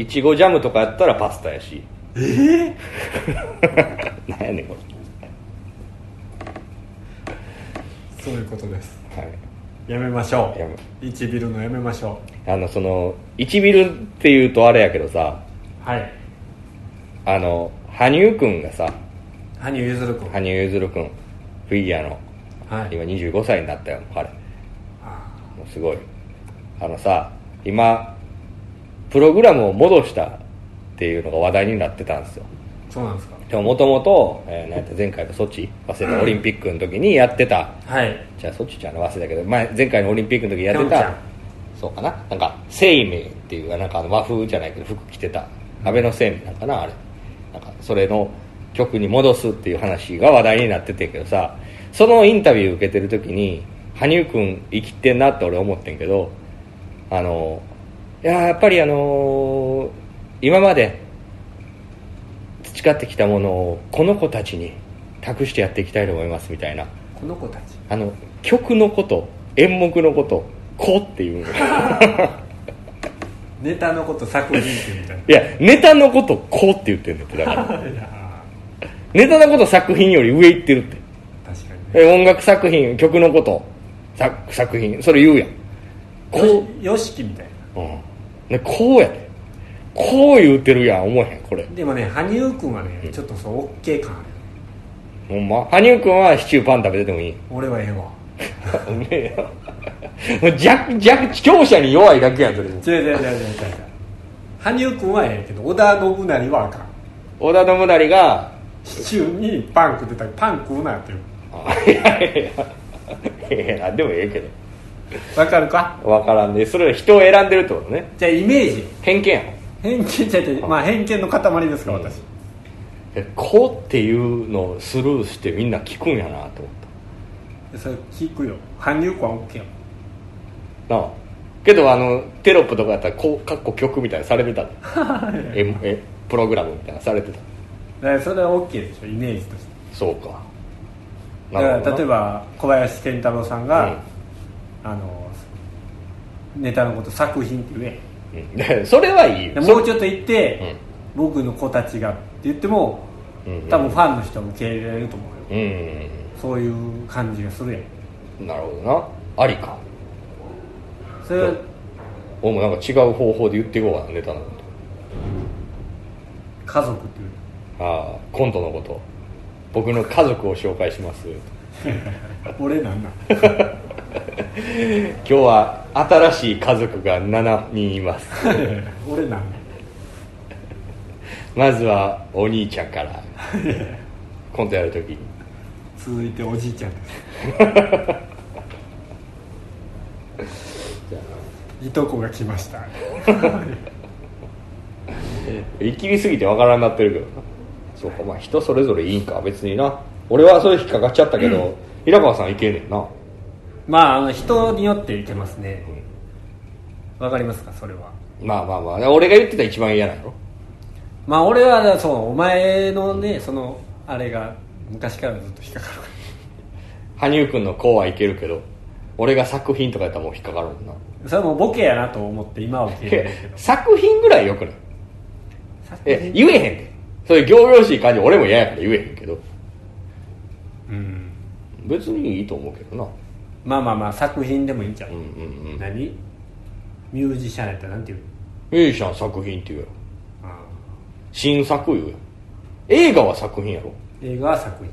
Speaker 2: いちごジャムとかやったらパスタやし (laughs)
Speaker 1: ええ
Speaker 2: なんやねんこ
Speaker 1: そういうことです
Speaker 2: れはい
Speaker 1: やめましょ
Speaker 2: やめ
Speaker 1: う一ビルのやめましょ
Speaker 2: あのその1ビルっていうとあれやけどさ
Speaker 1: うはい
Speaker 2: あの羽生くんがさ
Speaker 1: 羽生結弦君
Speaker 2: 羽生結弦くんフィギュアの
Speaker 1: はい
Speaker 2: 今25歳になったよ彼もうすごいあのさ今プログラムを戻したっていうのが話題になってたんですよ
Speaker 1: そうなんですか
Speaker 2: でももともと前回のソチ早稲田オリンピックの時にやってた
Speaker 1: はい
Speaker 2: じゃあソチじゃな早稲田けど前前回のオリンピックの時やって
Speaker 1: ピョン
Speaker 2: たそうかななんか生命っていうかなんかあの和風じゃないけど服着てた安倍の生命なんかなあれなんかそれの曲に戻すっていう話が話題になっててんけどさそのインタビュー受けてる時に羽生君生きてんなって俺思ってんけどあのいややっぱりあの今まで培ってきたものをこの子たちに託してやっていきたいと思いますみたいな
Speaker 3: この子たち
Speaker 2: あの曲のこと演目のこと「子」っていう
Speaker 1: ネタのこと作品集みたいない
Speaker 2: やネタのこと「子」って言ってんだってだ (laughs) から
Speaker 1: いや
Speaker 2: ネタのこと作品より上行ってるって
Speaker 1: ー確かにね
Speaker 2: え音楽作品曲のこと作作品それ言うやん「こ
Speaker 1: よしきみたいな
Speaker 2: う」うんね、こうやで「こう」言うてるやん思えへんこれ
Speaker 1: でもね羽生君はねちょっとそうオッケー感あるよね
Speaker 2: ほんま羽生君はシチューパン食べててもいい
Speaker 1: 俺はええわ
Speaker 2: うめえよもう (laughs) 弱弱強者に弱いだけやんそれ
Speaker 1: 違う違う違う違う違う羽生君はええけど織田信成はあかん
Speaker 2: 織田信成が
Speaker 1: シチューにパン食ってたらパン食うなって
Speaker 2: あ (laughs) いやいやいや何でもええけど
Speaker 1: わかるか
Speaker 2: わからんねそれは人を選んでるってことね
Speaker 1: じゃあイメージ
Speaker 2: 偏見や
Speaker 1: 偏見じゃじゃまあ偏見の塊ですから
Speaker 2: うん
Speaker 1: 私
Speaker 2: んこうっていうのをスルーしてみんな聞くんやなと思っ
Speaker 1: それ聞くよ羽生君はオッケーよ
Speaker 2: たなあけどあのテロップとかやったらこうかっこ曲みたいなのされてたで (laughs) ええプログラムみたいなのされてた
Speaker 1: だからそれはオッケーでしょイメージとして
Speaker 2: そうか
Speaker 1: だから例えば小林健太郎さんが、あのネタのこと作品って言え
Speaker 2: ば、うん、それはいい
Speaker 1: で
Speaker 2: よ
Speaker 1: もうちょっと言って、僕の子たちがって言っても
Speaker 2: うんうん
Speaker 1: 多分ファンの人は受け入れられると思うよ
Speaker 2: うんうん
Speaker 1: そういう感じがするやん
Speaker 2: うんなるほどなありか
Speaker 1: それは
Speaker 2: 俺もなんか違う方法で言っていこうかなネタのこ
Speaker 1: 家族っていう
Speaker 2: とああコントのこと僕の家族を紹介します
Speaker 1: 俺なん
Speaker 2: (laughs)
Speaker 1: なん
Speaker 2: 今日は新しい家族が7人います
Speaker 1: 俺なんなん
Speaker 2: まずはお兄ちゃんからコントやるときに
Speaker 1: 続いておじいちゃんですいとこが来ました
Speaker 2: 生きりすぎてわからんなってるけどなそうかまあ人それぞれいいんか別にな俺はそれ引っかかっちゃったけど、平川さんいけんねんな
Speaker 1: まああの人によっていけますねわかりますかそれは
Speaker 2: まあまあまあ俺が言ってた一番嫌なの
Speaker 1: まあ俺はそうお前のねそのあれが昔からずっと引っかかるか
Speaker 2: 羽生君のこうはいけるけど俺が作品とかやったらもう引っかかるもんな
Speaker 1: らそれはもうボケやなと思って今は受け入れるけど
Speaker 2: 作品ぐらいよくない
Speaker 1: 作品
Speaker 2: え言えへんでそういう行々しい感じ俺も嫌やから言えへんけど
Speaker 1: うん
Speaker 2: 別にいいと思うけどな
Speaker 1: まあまあまあ作品でもいいんちゃう、
Speaker 2: うんうんうん
Speaker 1: 何ミュージシャンやったらなんていうの
Speaker 2: ミュージシャン作品って言うやろ
Speaker 1: あ
Speaker 2: 新作言うやん映画は作品やろ
Speaker 1: ー映画は作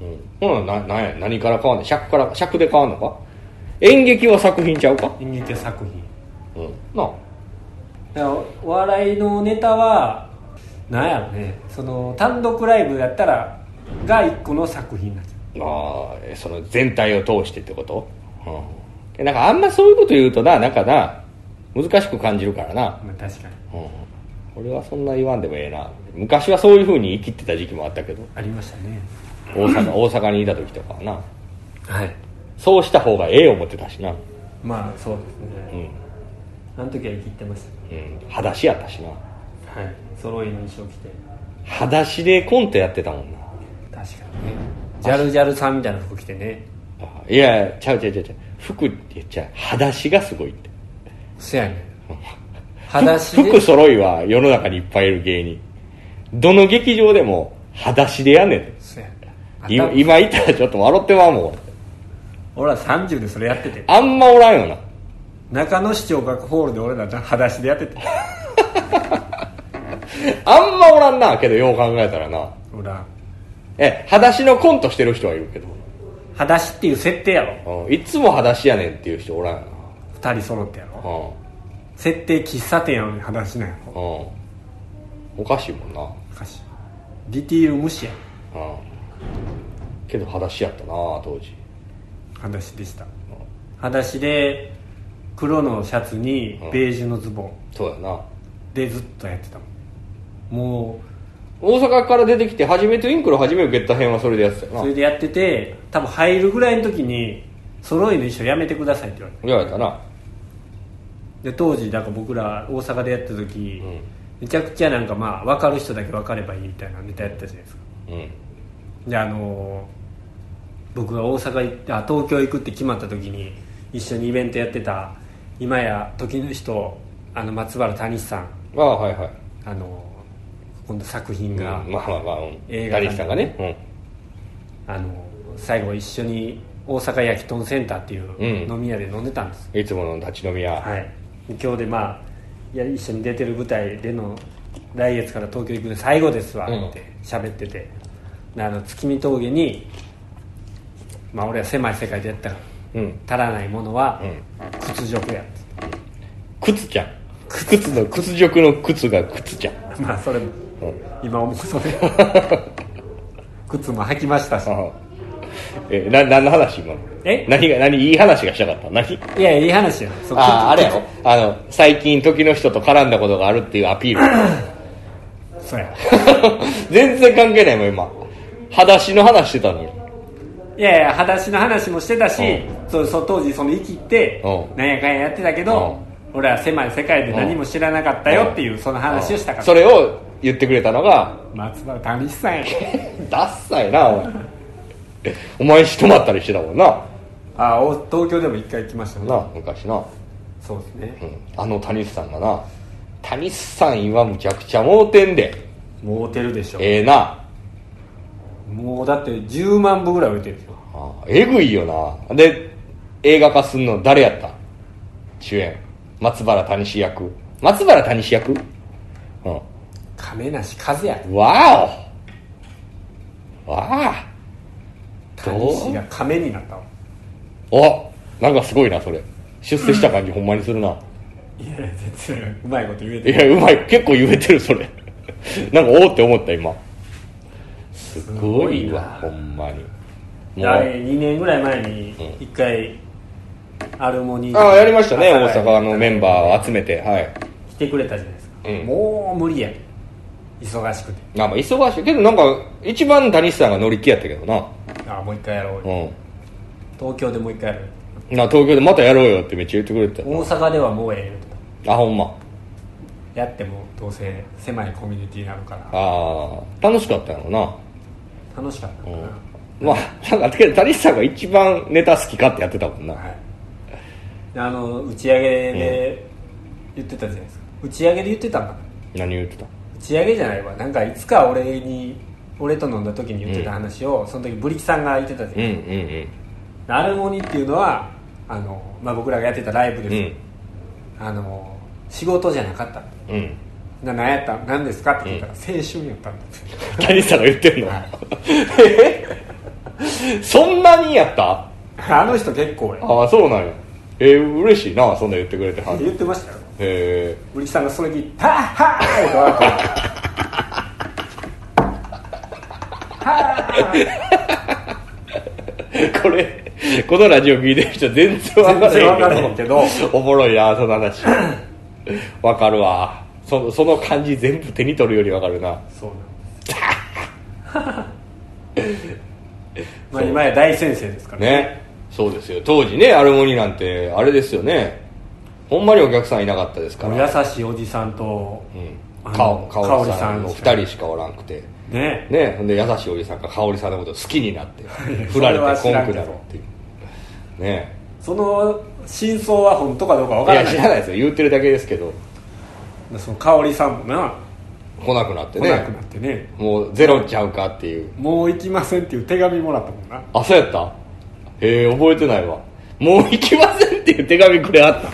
Speaker 1: 品
Speaker 2: うんほなななんや何から変わんの尺から尺で変わんのか演劇は作品ちゃうか
Speaker 1: 演劇は作品
Speaker 2: うんなあ
Speaker 1: だからお笑いのネタはなんやろねその単独ライブやったらが一個の作品になっちゃ
Speaker 2: あーその全体を通してってことうんえなんかあんまそういうこと言うとななんかな難しく感じるからな
Speaker 1: う、まあ、確かに
Speaker 2: うん俺はそんな言わんでもええな昔はそういうふうに生きてた時期もあったけど
Speaker 1: ありましたね
Speaker 2: 大阪大阪にいた時とかはな
Speaker 1: はい
Speaker 2: そうした方がええ思ってたしな
Speaker 1: まあそうです
Speaker 2: う
Speaker 1: ね
Speaker 2: ん、
Speaker 1: あの時は生きてまし
Speaker 2: うん、裸足やったしな
Speaker 1: たはい揃いの衣装着て
Speaker 2: 裸足でコントやってたもんな
Speaker 1: 確かにねジャルジャルさんみたいな服着てね
Speaker 2: あいやちゃうちゃうちゃうちゃう服って言っちゃう裸足がすごいって
Speaker 1: そやね (laughs) 裸足
Speaker 2: 服
Speaker 1: で
Speaker 2: 揃いは世の中にいっぱいいる芸人どの劇場でも裸足でやんねん
Speaker 1: そやね
Speaker 2: い
Speaker 1: 頭
Speaker 2: 今いたらちょっと笑ってまうもん
Speaker 1: 俺
Speaker 2: 俺
Speaker 1: ら30でそれやってて
Speaker 2: あんまおらんよな
Speaker 1: 中野市長がホールで俺ら裸足でやってて
Speaker 2: あんまおらんなけどよう考えたらな
Speaker 1: ほら
Speaker 2: え裸足のコントしてる人はいるけど
Speaker 1: 裸足っていう設定やろ
Speaker 2: うんいつも裸足やねんっていう人おらんよ
Speaker 1: 2人揃ってやろ
Speaker 2: な、うん、
Speaker 1: 設定喫茶店やのに話しないよ
Speaker 2: うんおかしいもんな
Speaker 1: おかしいディティール無視や
Speaker 2: うんけど裸足やったな当時
Speaker 1: 裸足でした裸足で黒のシャツに
Speaker 2: うん
Speaker 1: ベージュのズボン
Speaker 2: そうやな
Speaker 1: でずっとやってたもんも
Speaker 2: 大阪から出てきて初めトゥインクル初め受けた編はそれでやってた
Speaker 1: う
Speaker 2: よ
Speaker 1: そ
Speaker 2: な
Speaker 1: れでやってて多分入るぐらいの時に揃いの衣装やめてくださいって言われ
Speaker 2: 言われたな
Speaker 1: てで当時だから僕ら大阪でやった時、
Speaker 2: うん
Speaker 1: めちゃくちゃなんかまあ分かる人だけ分かればいいみたいなネタやってたじゃないですか
Speaker 2: うん
Speaker 1: であのー僕が大阪行ってあ東京行くって決まった時に一緒にイベントやってた今や時の人あの松原谷さん
Speaker 2: ああはいはい
Speaker 1: あのー今度作品が、
Speaker 2: うんまあまあまあ、うん、
Speaker 1: 映画館
Speaker 2: 谷さんがね、
Speaker 1: あのー最後一緒に大阪焼き豚センターっていう
Speaker 2: うん
Speaker 1: 飲み屋で飲んでたんです、
Speaker 2: うん、いつもの立ち飲み屋、
Speaker 1: はい今日でまあいや一緒に出てる舞台での来月から東京行くんで最後ですわ
Speaker 2: うん
Speaker 1: って喋ってて、であの月見峠にまあ俺は狭い世界でやったから
Speaker 2: うん
Speaker 1: 足らないものは
Speaker 2: うん
Speaker 1: 屈辱や、
Speaker 2: 靴ちゃん靴の屈辱の靴が靴ちゃん、
Speaker 1: まあそれも
Speaker 2: うん
Speaker 1: 今思うそれ (laughs) 靴も履きましたし
Speaker 2: あえな何の話今の
Speaker 1: え
Speaker 2: 何が何いい話がしたかった何
Speaker 1: いやいい話やそ
Speaker 2: あああれや
Speaker 1: ろ
Speaker 2: ろあの最近時の人と絡んだことがあるっていうアピ
Speaker 1: (laughs)
Speaker 2: ール
Speaker 1: そうや
Speaker 2: 全然関係ないもん今裸足の話してたのに
Speaker 1: いやいや裸足の話もしてたし、
Speaker 2: う
Speaker 1: そうそう当時その生きて、
Speaker 2: うん
Speaker 1: なんやかんややってたけど、俺は狭い世界で何も知らなかったよっていうその話をしたか
Speaker 2: うん
Speaker 1: ら、
Speaker 2: それを言ってくれたのが
Speaker 1: 松原谷さんや
Speaker 2: ダッサい (laughs) なお前お前しとまったりしてたもんな
Speaker 1: (laughs) あお東京でも一回来ましたね
Speaker 2: な昔な、
Speaker 1: そうですね
Speaker 2: うん、あの谷さんがな谷さん今むちゃくちゃ盲点で
Speaker 1: もうてるでしょ
Speaker 2: ええな
Speaker 1: もうだって10万部ぐらい売れてるでしょ
Speaker 2: ああえぐいよなで映画化すんの誰やった主演松原谷志役松原谷志役うん
Speaker 1: 亀梨和也
Speaker 2: わおわあ
Speaker 1: 谷氏が亀になったわ
Speaker 2: おなんかすごいなそれ出世した感じほんまにするない
Speaker 1: や全然うまいこと言え
Speaker 2: い
Speaker 1: て
Speaker 2: やうまい結構言えてるそれ (laughs) なんかおおって思った今すごいわほんまにもう
Speaker 1: あれ2年ぐらい前に1回アルモニー
Speaker 2: ああやりましたね
Speaker 1: 朝
Speaker 2: 大
Speaker 1: 会
Speaker 2: 阪のメンバーを集めてはい
Speaker 1: 来てくれたじゃないですか、
Speaker 2: うん
Speaker 1: もう無理や忙しくて
Speaker 2: あまあ忙しいけどなんか一番谷さんが乗り気やったけどな
Speaker 1: ああもう一回やろう
Speaker 2: う
Speaker 1: よ
Speaker 2: ん
Speaker 1: 東京でもう一回やろうよ
Speaker 2: な東京でまたやろうよってめっちゃ言ってくれて
Speaker 1: 大阪ではもうええよ
Speaker 2: たあほんま
Speaker 1: とやってもどうせ狭いコミュニティなのかな
Speaker 2: ああ楽しかったんやろな
Speaker 1: 楽しかったのかな、
Speaker 2: まあなんかけど谷さんが一番ネタ好きかってやってたもんな
Speaker 1: はいあの打ち上げで言ってたじゃないですか打ち上げで言ってたんかな
Speaker 2: 何言ってた
Speaker 1: 打ち上げじゃないわなんかいつか俺に俺と飲んだ時に言ってた話を、その時ブリキさんが言ってたじゃない
Speaker 2: うんうん
Speaker 1: アルモニっていうのはあの、まあ、僕らがやってたライブ
Speaker 2: う
Speaker 1: です、
Speaker 2: ん
Speaker 1: あの仕事じゃなかった
Speaker 2: うんうん
Speaker 1: な何やった何ですかって聞いたら、青春やったんです
Speaker 2: 谷さんが言ってんのえ (laughs) そんなにやった
Speaker 1: あの人結構俺
Speaker 2: ああそうなんやえー、嬉しいなそんな言ってくれてはる
Speaker 1: 言ってましたよ
Speaker 2: え
Speaker 1: 売りさんがそれ聞いて「はっはーい!」と笑って
Speaker 2: ー、これこのラジオ聞いてる人全然わから
Speaker 1: 全然わから
Speaker 2: へ
Speaker 1: へ
Speaker 2: ん
Speaker 1: ん
Speaker 2: け
Speaker 1: け
Speaker 2: ど
Speaker 1: ど
Speaker 2: おもろいなその話
Speaker 1: (laughs)
Speaker 2: わかるわそのその感じ全部手に取るよりわかるな
Speaker 1: そうなんですまあ今や大先生ですから
Speaker 2: ねそうですよ当時ねアルモニなんてあれですよねほんまにお客さんいなかったですか
Speaker 1: もう
Speaker 2: ら、
Speaker 1: 優しいおじさんと、
Speaker 2: うん、
Speaker 1: あの
Speaker 2: かおかおりさんの
Speaker 1: かお
Speaker 2: 2人しかおらんくて
Speaker 1: ね
Speaker 2: ねほんで優しいおじさんが香織さんのことを好き
Speaker 1: (laughs)
Speaker 2: になって振られてこんくなるっていうね
Speaker 1: その真相は本当かどうかわ
Speaker 2: い
Speaker 1: から
Speaker 2: や
Speaker 1: ない
Speaker 2: 知らないですよ言ってるだけですけど
Speaker 1: その香織さんもな
Speaker 2: 来なくなって
Speaker 1: 来なく
Speaker 2: ね
Speaker 1: なってね
Speaker 2: もうゼロちゃうかっていう
Speaker 1: もう行きませんっていう手紙もらったもんな
Speaker 2: あそうやったへえ覚えてないわもう行きませんっていう手紙くれはった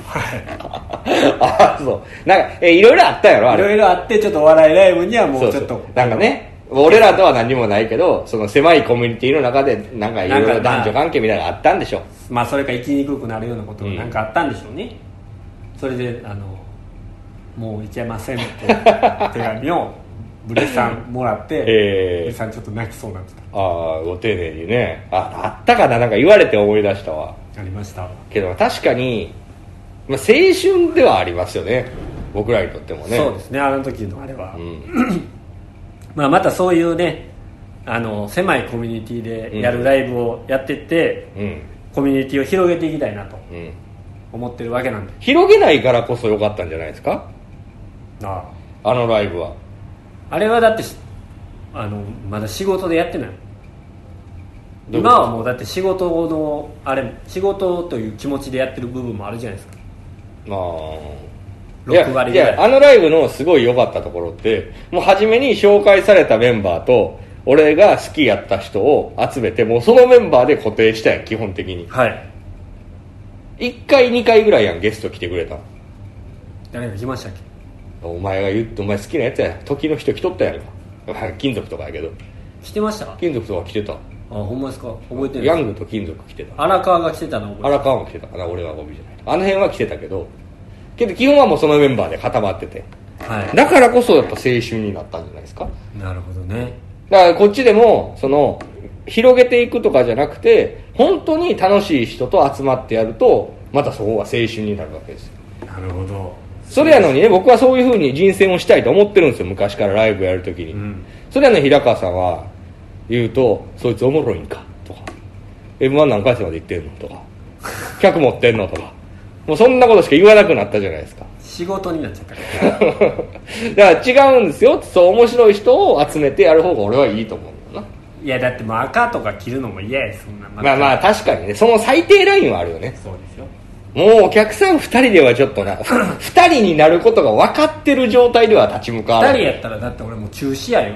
Speaker 2: (laughs) あそうなんかえいろいろあったやろあ
Speaker 1: いろ
Speaker 2: れ
Speaker 1: いろあってちょっとお笑いライブにはも
Speaker 2: そうう
Speaker 1: ち
Speaker 2: そ
Speaker 1: ょっと
Speaker 2: うなんかね俺らとは何もないけどその狭いコミュニティの中でなんかいろ
Speaker 1: なん
Speaker 2: いろ
Speaker 1: かな
Speaker 2: 男女関係みたいなのがあったんでしょ
Speaker 1: まあそれか生きにくくなるようなことがなんかあったんでしょうね、それであのもう行けません」って手紙をブレさんもらって、
Speaker 2: ええ
Speaker 1: ブレさんちょっと泣きそうになって
Speaker 2: ああご丁寧にねああったかななんか言われて思い出したわ
Speaker 1: たありました
Speaker 2: けど確かに、まあ、青春ではありますよね僕らにとってもね
Speaker 1: そうですねあの時のあれは、
Speaker 2: うん、
Speaker 1: まあ、またそういうねあの狭いコミュニティでやるライブをやってって、
Speaker 2: うん
Speaker 1: コミュニティを広げていきたいなと
Speaker 2: うん、
Speaker 1: 思ってるわけなんで
Speaker 2: 広げないからこそ良かったんじゃないですか
Speaker 1: あ
Speaker 2: あのライブは
Speaker 1: あれはだってしあのまだ仕事でやってない
Speaker 2: どういうこと
Speaker 1: 今はもうだって仕事のあれ仕事という気持ちでやってる部分もあるじゃないですか
Speaker 2: まあ
Speaker 1: 6割
Speaker 2: い
Speaker 1: ぐらい
Speaker 2: やいやあのライブのすごい良かったところってもう初めに紹介されたメンバーと俺が好きやった人を集めてもうそのメンバーで固定したやん基本的に
Speaker 1: はい
Speaker 2: 1回2回ぐらいやんゲスト来てくれたの
Speaker 1: 誰が来ましたっけ
Speaker 2: お前が言ってお前好きなやつや時の人来とったやんか (laughs) まあ金属とかやけど
Speaker 1: 来てましたあ
Speaker 2: 金属とか来てた
Speaker 1: ほんまですか覚えて
Speaker 2: ヤ
Speaker 1: ない
Speaker 2: ングと金属来てた
Speaker 1: 荒川が来てたの覚え
Speaker 2: 荒川も来てたかな俺がゴミじゃないあの辺は来てたけどけど基本はもうそのメンバーで固まってて
Speaker 1: てるは
Speaker 2: だからこそやっぱ青春になったんじゃないですか
Speaker 1: いなるほどね
Speaker 2: だからこっちでもその広げていくとかじゃなくて本当に楽しい人と集まってやるとまたそこが青春になるわけですよ
Speaker 1: なるほど
Speaker 2: それやのにね僕はそういうふうに人選をしたいと思ってるんですよ昔からライブやるときに、
Speaker 1: ん
Speaker 2: それやのに平川さんは言うと「そいつおもろいんか」とか「m 1何回戦まで行ってんの?」とか「客持ってんの?」とかもうそんなことしか言わなくなったじゃないですか
Speaker 1: 仕事になっちゃったから
Speaker 2: (laughs) だから違うんですよそう面白い人を集めてやる方が俺はいいと思うんだよない
Speaker 1: やだってもう赤とか着るのも嫌やそんなま
Speaker 2: まあまあ確かにねその最低ラインはあるよね
Speaker 1: そうですよ
Speaker 2: もうお客さん2人ではちょっとな2 (laughs) 人になることが分かってる状態では立ち向かわ
Speaker 1: 2
Speaker 2: な
Speaker 1: 人
Speaker 2: い
Speaker 1: やったらだって俺もう中止やよ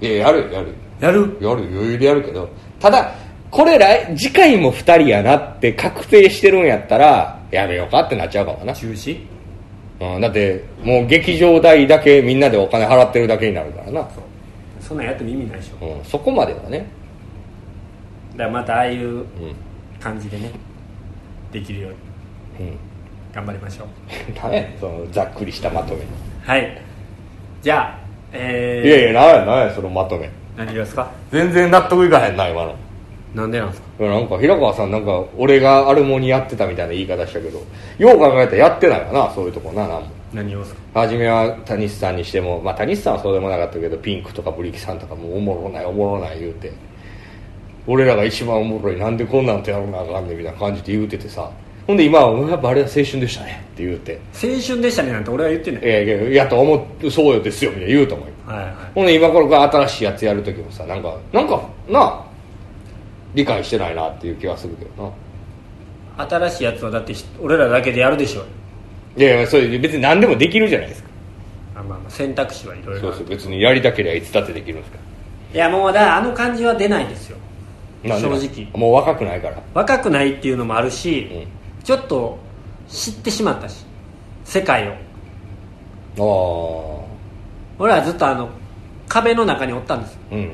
Speaker 2: いややるよやるよ
Speaker 1: やる
Speaker 2: やる余裕でやるけどただこれ来次回も2人やなって確定してるんやったらやめようかってなっちゃうかもな、
Speaker 1: 中止
Speaker 2: うん、だってもう劇場代だけみんなでお金払ってるだけになるからな
Speaker 1: そんなんやっても意味ないでしょ
Speaker 2: う、ん、そこまではね、
Speaker 1: だからまたああいう
Speaker 2: うん (laughs)
Speaker 1: 感じでねできるように
Speaker 2: うん、
Speaker 1: 頑張りましょう
Speaker 2: 何やねんそのざっくりしたまとめ、
Speaker 1: はいじゃあえー、
Speaker 2: いやいや何や何やそのまとめ
Speaker 1: 何がですか
Speaker 2: 全然納得いかへんな今の
Speaker 1: なんでなんですか
Speaker 2: いやなんか平川さんなんか俺がアルモにやってたみたいな言い方したけどよう考えたらやってないよなそういうとこな何も
Speaker 1: 何をですか
Speaker 2: 初めは谷さんにしても、まあ、谷さんはそうでもなかったけどピンクとかブリキさんとかもうおもろないおもろない言うて俺らが一番おもろいなんでこんなんとやらなあかんねんみたいな感じで言うててさほんで今はうんやっぱあれは青春でしたねって言うて
Speaker 1: 青春でしたねなんて俺は言ってない
Speaker 2: いやいやいやと思うそうよですよみたいな言うと思うよ
Speaker 1: はいはい
Speaker 2: ほんで今頃から新しいやつやる時もさなんかなんかなあ理解してないなっていう気がするけどな
Speaker 1: 新しいやつはだってひ俺らだけでやるでしょうよ
Speaker 2: いやいやそれ別に何でもできるじゃないですか
Speaker 1: あまあまあ選択肢はいろい
Speaker 2: そ
Speaker 1: ろ
Speaker 2: う
Speaker 1: あ
Speaker 2: そう
Speaker 1: る
Speaker 2: 別にやりたければいつだってできるんですか
Speaker 1: いやもうだからあの感じは出ないですよ
Speaker 2: ら
Speaker 1: 正直
Speaker 2: もう若くないから
Speaker 1: 若くないっていうのもあるし、
Speaker 2: うん
Speaker 1: ちょっと知ってしまったし世界を
Speaker 2: ああ
Speaker 1: 俺はずっとあの壁の中におったんですよ
Speaker 2: うんうんうん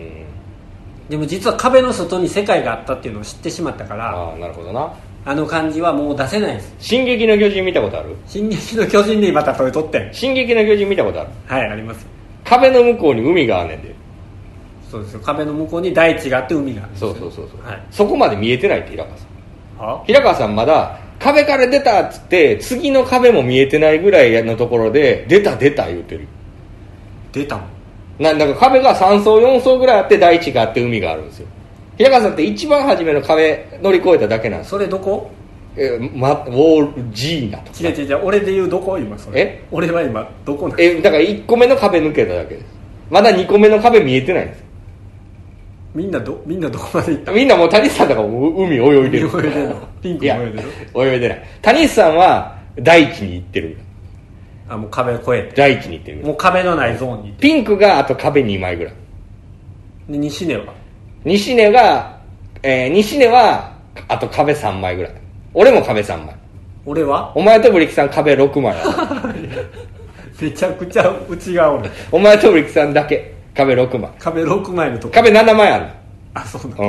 Speaker 1: でも実は壁の外に世界があったっていうのを知ってしまったからあ
Speaker 2: ああなるほどな
Speaker 1: の感じはもう出せないです
Speaker 2: 「進撃の巨人」見たことある?
Speaker 1: 「進撃の巨人」にまたそれとってん
Speaker 2: 「進撃の巨人」見たことある
Speaker 1: はいあります
Speaker 2: 壁の向こうに海があんねんで
Speaker 1: そうですよ壁の向こうに大地があって海があるんです
Speaker 2: そ
Speaker 1: よ
Speaker 2: うそうそうそう、
Speaker 1: はい
Speaker 2: そこまで見えてないって平川さん
Speaker 1: は
Speaker 2: 平川さんまだ壁から出たっつって次の壁も見えてないぐらいのところで出た出た言うてる
Speaker 1: 出たもん
Speaker 2: ななんか壁が3層4層ぐらいあって大地があって海があるんですよ平川さんって一番初めの壁乗り越えただけなんですよ
Speaker 1: それどこ
Speaker 2: えま、ウォールジーナとか
Speaker 1: 違う違う違う俺で言うどこ今それ
Speaker 2: え
Speaker 1: 俺は今どこなの
Speaker 2: えだから1個目の壁抜けただけですまだ2個目の壁見えてないんです
Speaker 1: みんなどみんなどこまで行った
Speaker 2: みんなもう谷さんとかもう海泳いでる
Speaker 1: 泳いでんのピンク
Speaker 2: いや
Speaker 1: 泳いでる
Speaker 2: 泳いでない谷さんは大地に行ってる
Speaker 1: あもう壁越え
Speaker 2: 大地に行って
Speaker 1: て
Speaker 2: る
Speaker 1: もう壁のないゾーンにいて
Speaker 2: ピンクがあと壁2枚ぐらい
Speaker 1: で西根は
Speaker 2: 西根が、えー西根はあと壁3枚ぐらい俺も壁3枚
Speaker 1: 俺は
Speaker 2: お前とブリキさん壁6枚ある
Speaker 1: めちゃくちゃ内側おる
Speaker 2: お前とブリキさんだけ壁6枚
Speaker 1: 壁6枚のとこ
Speaker 2: 壁7枚ある
Speaker 1: あそうなの
Speaker 2: う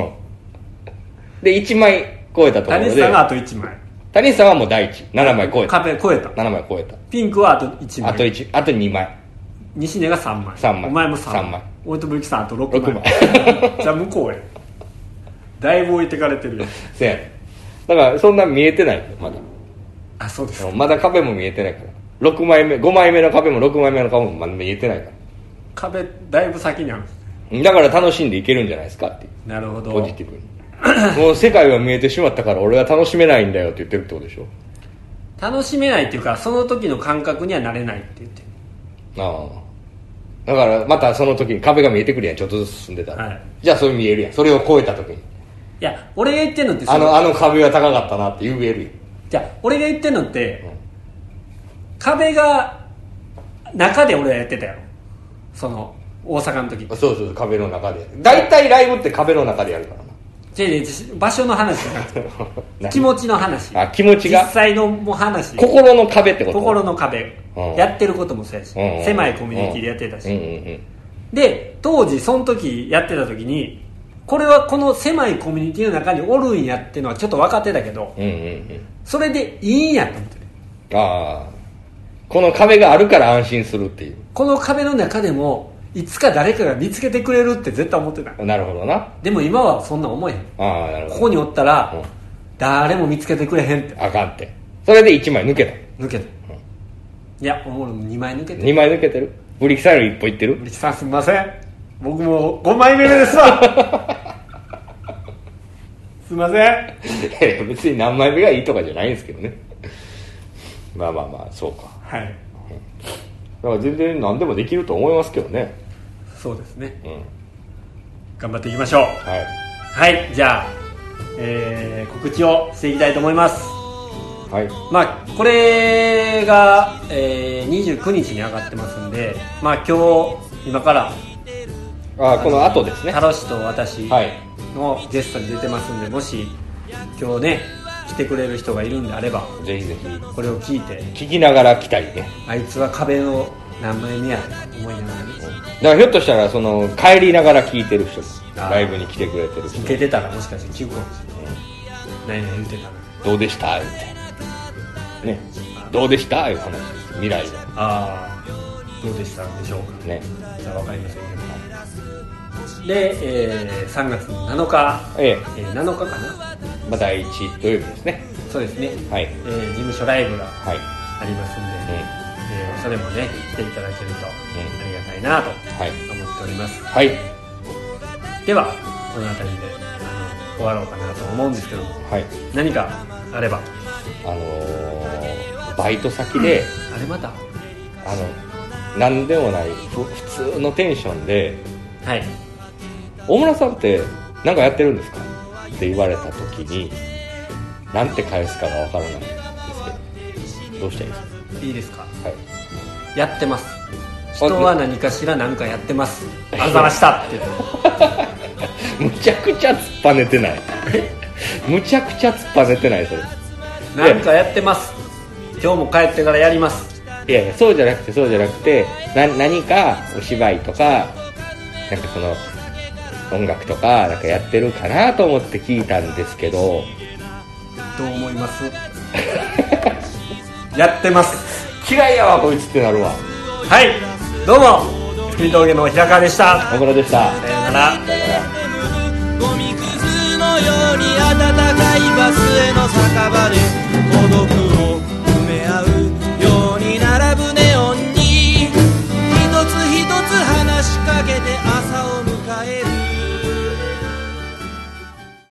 Speaker 2: んで1枚超えたところ
Speaker 1: 谷
Speaker 2: で
Speaker 1: さんがあと1枚
Speaker 2: 谷さんはもう第一7枚超えた
Speaker 1: 壁超えた
Speaker 2: 7枚超えた
Speaker 1: ピンクはあと1枚
Speaker 2: あと1あと2枚
Speaker 1: 西根が3枚
Speaker 2: 三
Speaker 1: お
Speaker 2: 枚
Speaker 1: 前も3枚
Speaker 2: 三枚
Speaker 1: 大友由紀さんあと6枚 (laughs)
Speaker 2: 六
Speaker 1: じゃあ向こうへだいぶ置いてかれてるよ
Speaker 2: せやねだからそんな見えてないよまだ
Speaker 1: あそうです
Speaker 2: まだ壁も見えてないから6枚目5枚目の壁も6枚目の壁もまだ見えてないか
Speaker 1: 壁だいぶ先にある
Speaker 2: らだから楽しんでいけるんじゃないですかっていう
Speaker 1: なるほど
Speaker 2: ポジティブ
Speaker 1: (laughs)
Speaker 2: にもう世界は見えてしまったから俺は楽しめないんだよって言ってるってことでしょ
Speaker 1: 楽しめないっていうかその時の感覚にはなれないって言って
Speaker 2: ああだからまたその時に壁が見えてくるやんちょっとずつ進んでたら、
Speaker 1: はい
Speaker 2: じゃあそれ見えるやんそれを超えた時に
Speaker 1: いや俺が言ってんのってそ
Speaker 2: あのあの壁は高かったなって言えるやん
Speaker 1: じゃあ俺が言ってんのって、壁が中で俺はやってたやろその大阪の時
Speaker 2: そうそうそう壁の中で大体ライブって壁の中でやるから
Speaker 1: じゃあいや場所の話じゃな
Speaker 2: (laughs)
Speaker 1: く (laughs) て
Speaker 2: な
Speaker 1: 気持ちの話
Speaker 2: あ気持ちが
Speaker 1: 実際のもう話
Speaker 2: 心の壁ってこと
Speaker 1: 心の壁、
Speaker 2: うん
Speaker 1: やってることもそうやし、
Speaker 2: うんうん
Speaker 1: 狭いコミュニティでやってたし、
Speaker 2: うんうんうん
Speaker 1: で当時その時やってた時にこれはこの狭いコミュニティの中におるんやってのはちょっと分かってたけど
Speaker 2: うんうんうん
Speaker 1: それでいいんやと思ってる
Speaker 2: ああこの壁があるから安心するってい
Speaker 1: この壁の中でもいつか誰かが見つけてくれるって絶対思ってないう
Speaker 2: なるほどな
Speaker 1: でも今はそんな思えへん
Speaker 2: ああなる
Speaker 1: こ
Speaker 2: ほど
Speaker 1: こにおったら、
Speaker 2: うん
Speaker 1: 誰も見つけてくれへんって
Speaker 2: あかんってそれで1枚抜けた
Speaker 1: 抜けた、いやおもろい2枚抜けて
Speaker 2: 2枚抜けてるブリキサイル1歩いってる
Speaker 1: 森木さんすみません僕も5枚目ですわ (laughs) すいません
Speaker 2: いやいや別に何枚目がいいとかじゃないんですけどねまあまあまあそうか
Speaker 1: はい
Speaker 2: だから全然何でもできると思いますけどね
Speaker 1: そうですね
Speaker 2: うん
Speaker 1: 頑張っていきましょう
Speaker 2: はい
Speaker 1: はいじゃあ、えー告知をしていきたいと思います
Speaker 2: はい
Speaker 1: まあこれが、えー29日に上がってますんでまあ今日今から
Speaker 2: ああこの後ですね
Speaker 1: タロシと私
Speaker 2: はい
Speaker 1: のゲストに出てますんでもし今日ね来てくれる人がいるんであれば
Speaker 2: ぜひぜ
Speaker 1: これを聞いて
Speaker 2: ひ聞きながら来たいね
Speaker 1: あいつは壁の名前目やと思いながらね
Speaker 2: だからひょっとしたらその帰りながら聞いてる人
Speaker 1: あー
Speaker 2: ライブに来てくれてる人
Speaker 1: 聞けてたらもしかして聞くかもしれないないない言うてたら
Speaker 2: どうでしたみたいなねどうでしたいう話です未来が
Speaker 1: ああどうでしたんでしょうか
Speaker 2: ね
Speaker 1: じゃあ分かりませんけどで、えー3月の7日、
Speaker 2: ええ
Speaker 1: えー7日かな
Speaker 2: まあ第一土曜日ですね
Speaker 1: そうですね、
Speaker 2: はい
Speaker 1: えー事務所ライブが
Speaker 2: はい
Speaker 1: ありますん
Speaker 2: うん
Speaker 1: で、えーそれもね来ていただけるとありがたいなと
Speaker 2: はい
Speaker 1: 思っております
Speaker 2: はい
Speaker 1: ではこの辺りであの終わろうかなと思うんですけども
Speaker 2: はい
Speaker 1: 何かあれば
Speaker 2: あのーバイト先で、
Speaker 1: あれまた
Speaker 2: あの何でもないふ普通のテンションで
Speaker 1: はい
Speaker 2: 「大村さんって何かやってるんですか?」って言われた時になんて返すかが分からないんですけどどうしたらいいです
Speaker 1: いいですか
Speaker 2: か、はい
Speaker 1: やってます人は何かしら何かやってますあざま (laughs) したって
Speaker 2: むちゃくちゃ突っぱねてない (laughs) むちゃくちゃ突っぱねてないそれ
Speaker 1: 何かやってます今日も帰ってからやります
Speaker 2: いやいやそうじゃなくてそうじゃなくてな何かお芝居とかなんかその音楽とかなんかやってるかなと思って聞いたんですけど
Speaker 1: どう思います (laughs) やってます
Speaker 2: 嫌いやわこいつってなるわ
Speaker 1: はいどうも月見峠の平川でした
Speaker 2: 小倉でした
Speaker 1: さようなら
Speaker 2: さよなら
Speaker 4: ゴミくずのように温か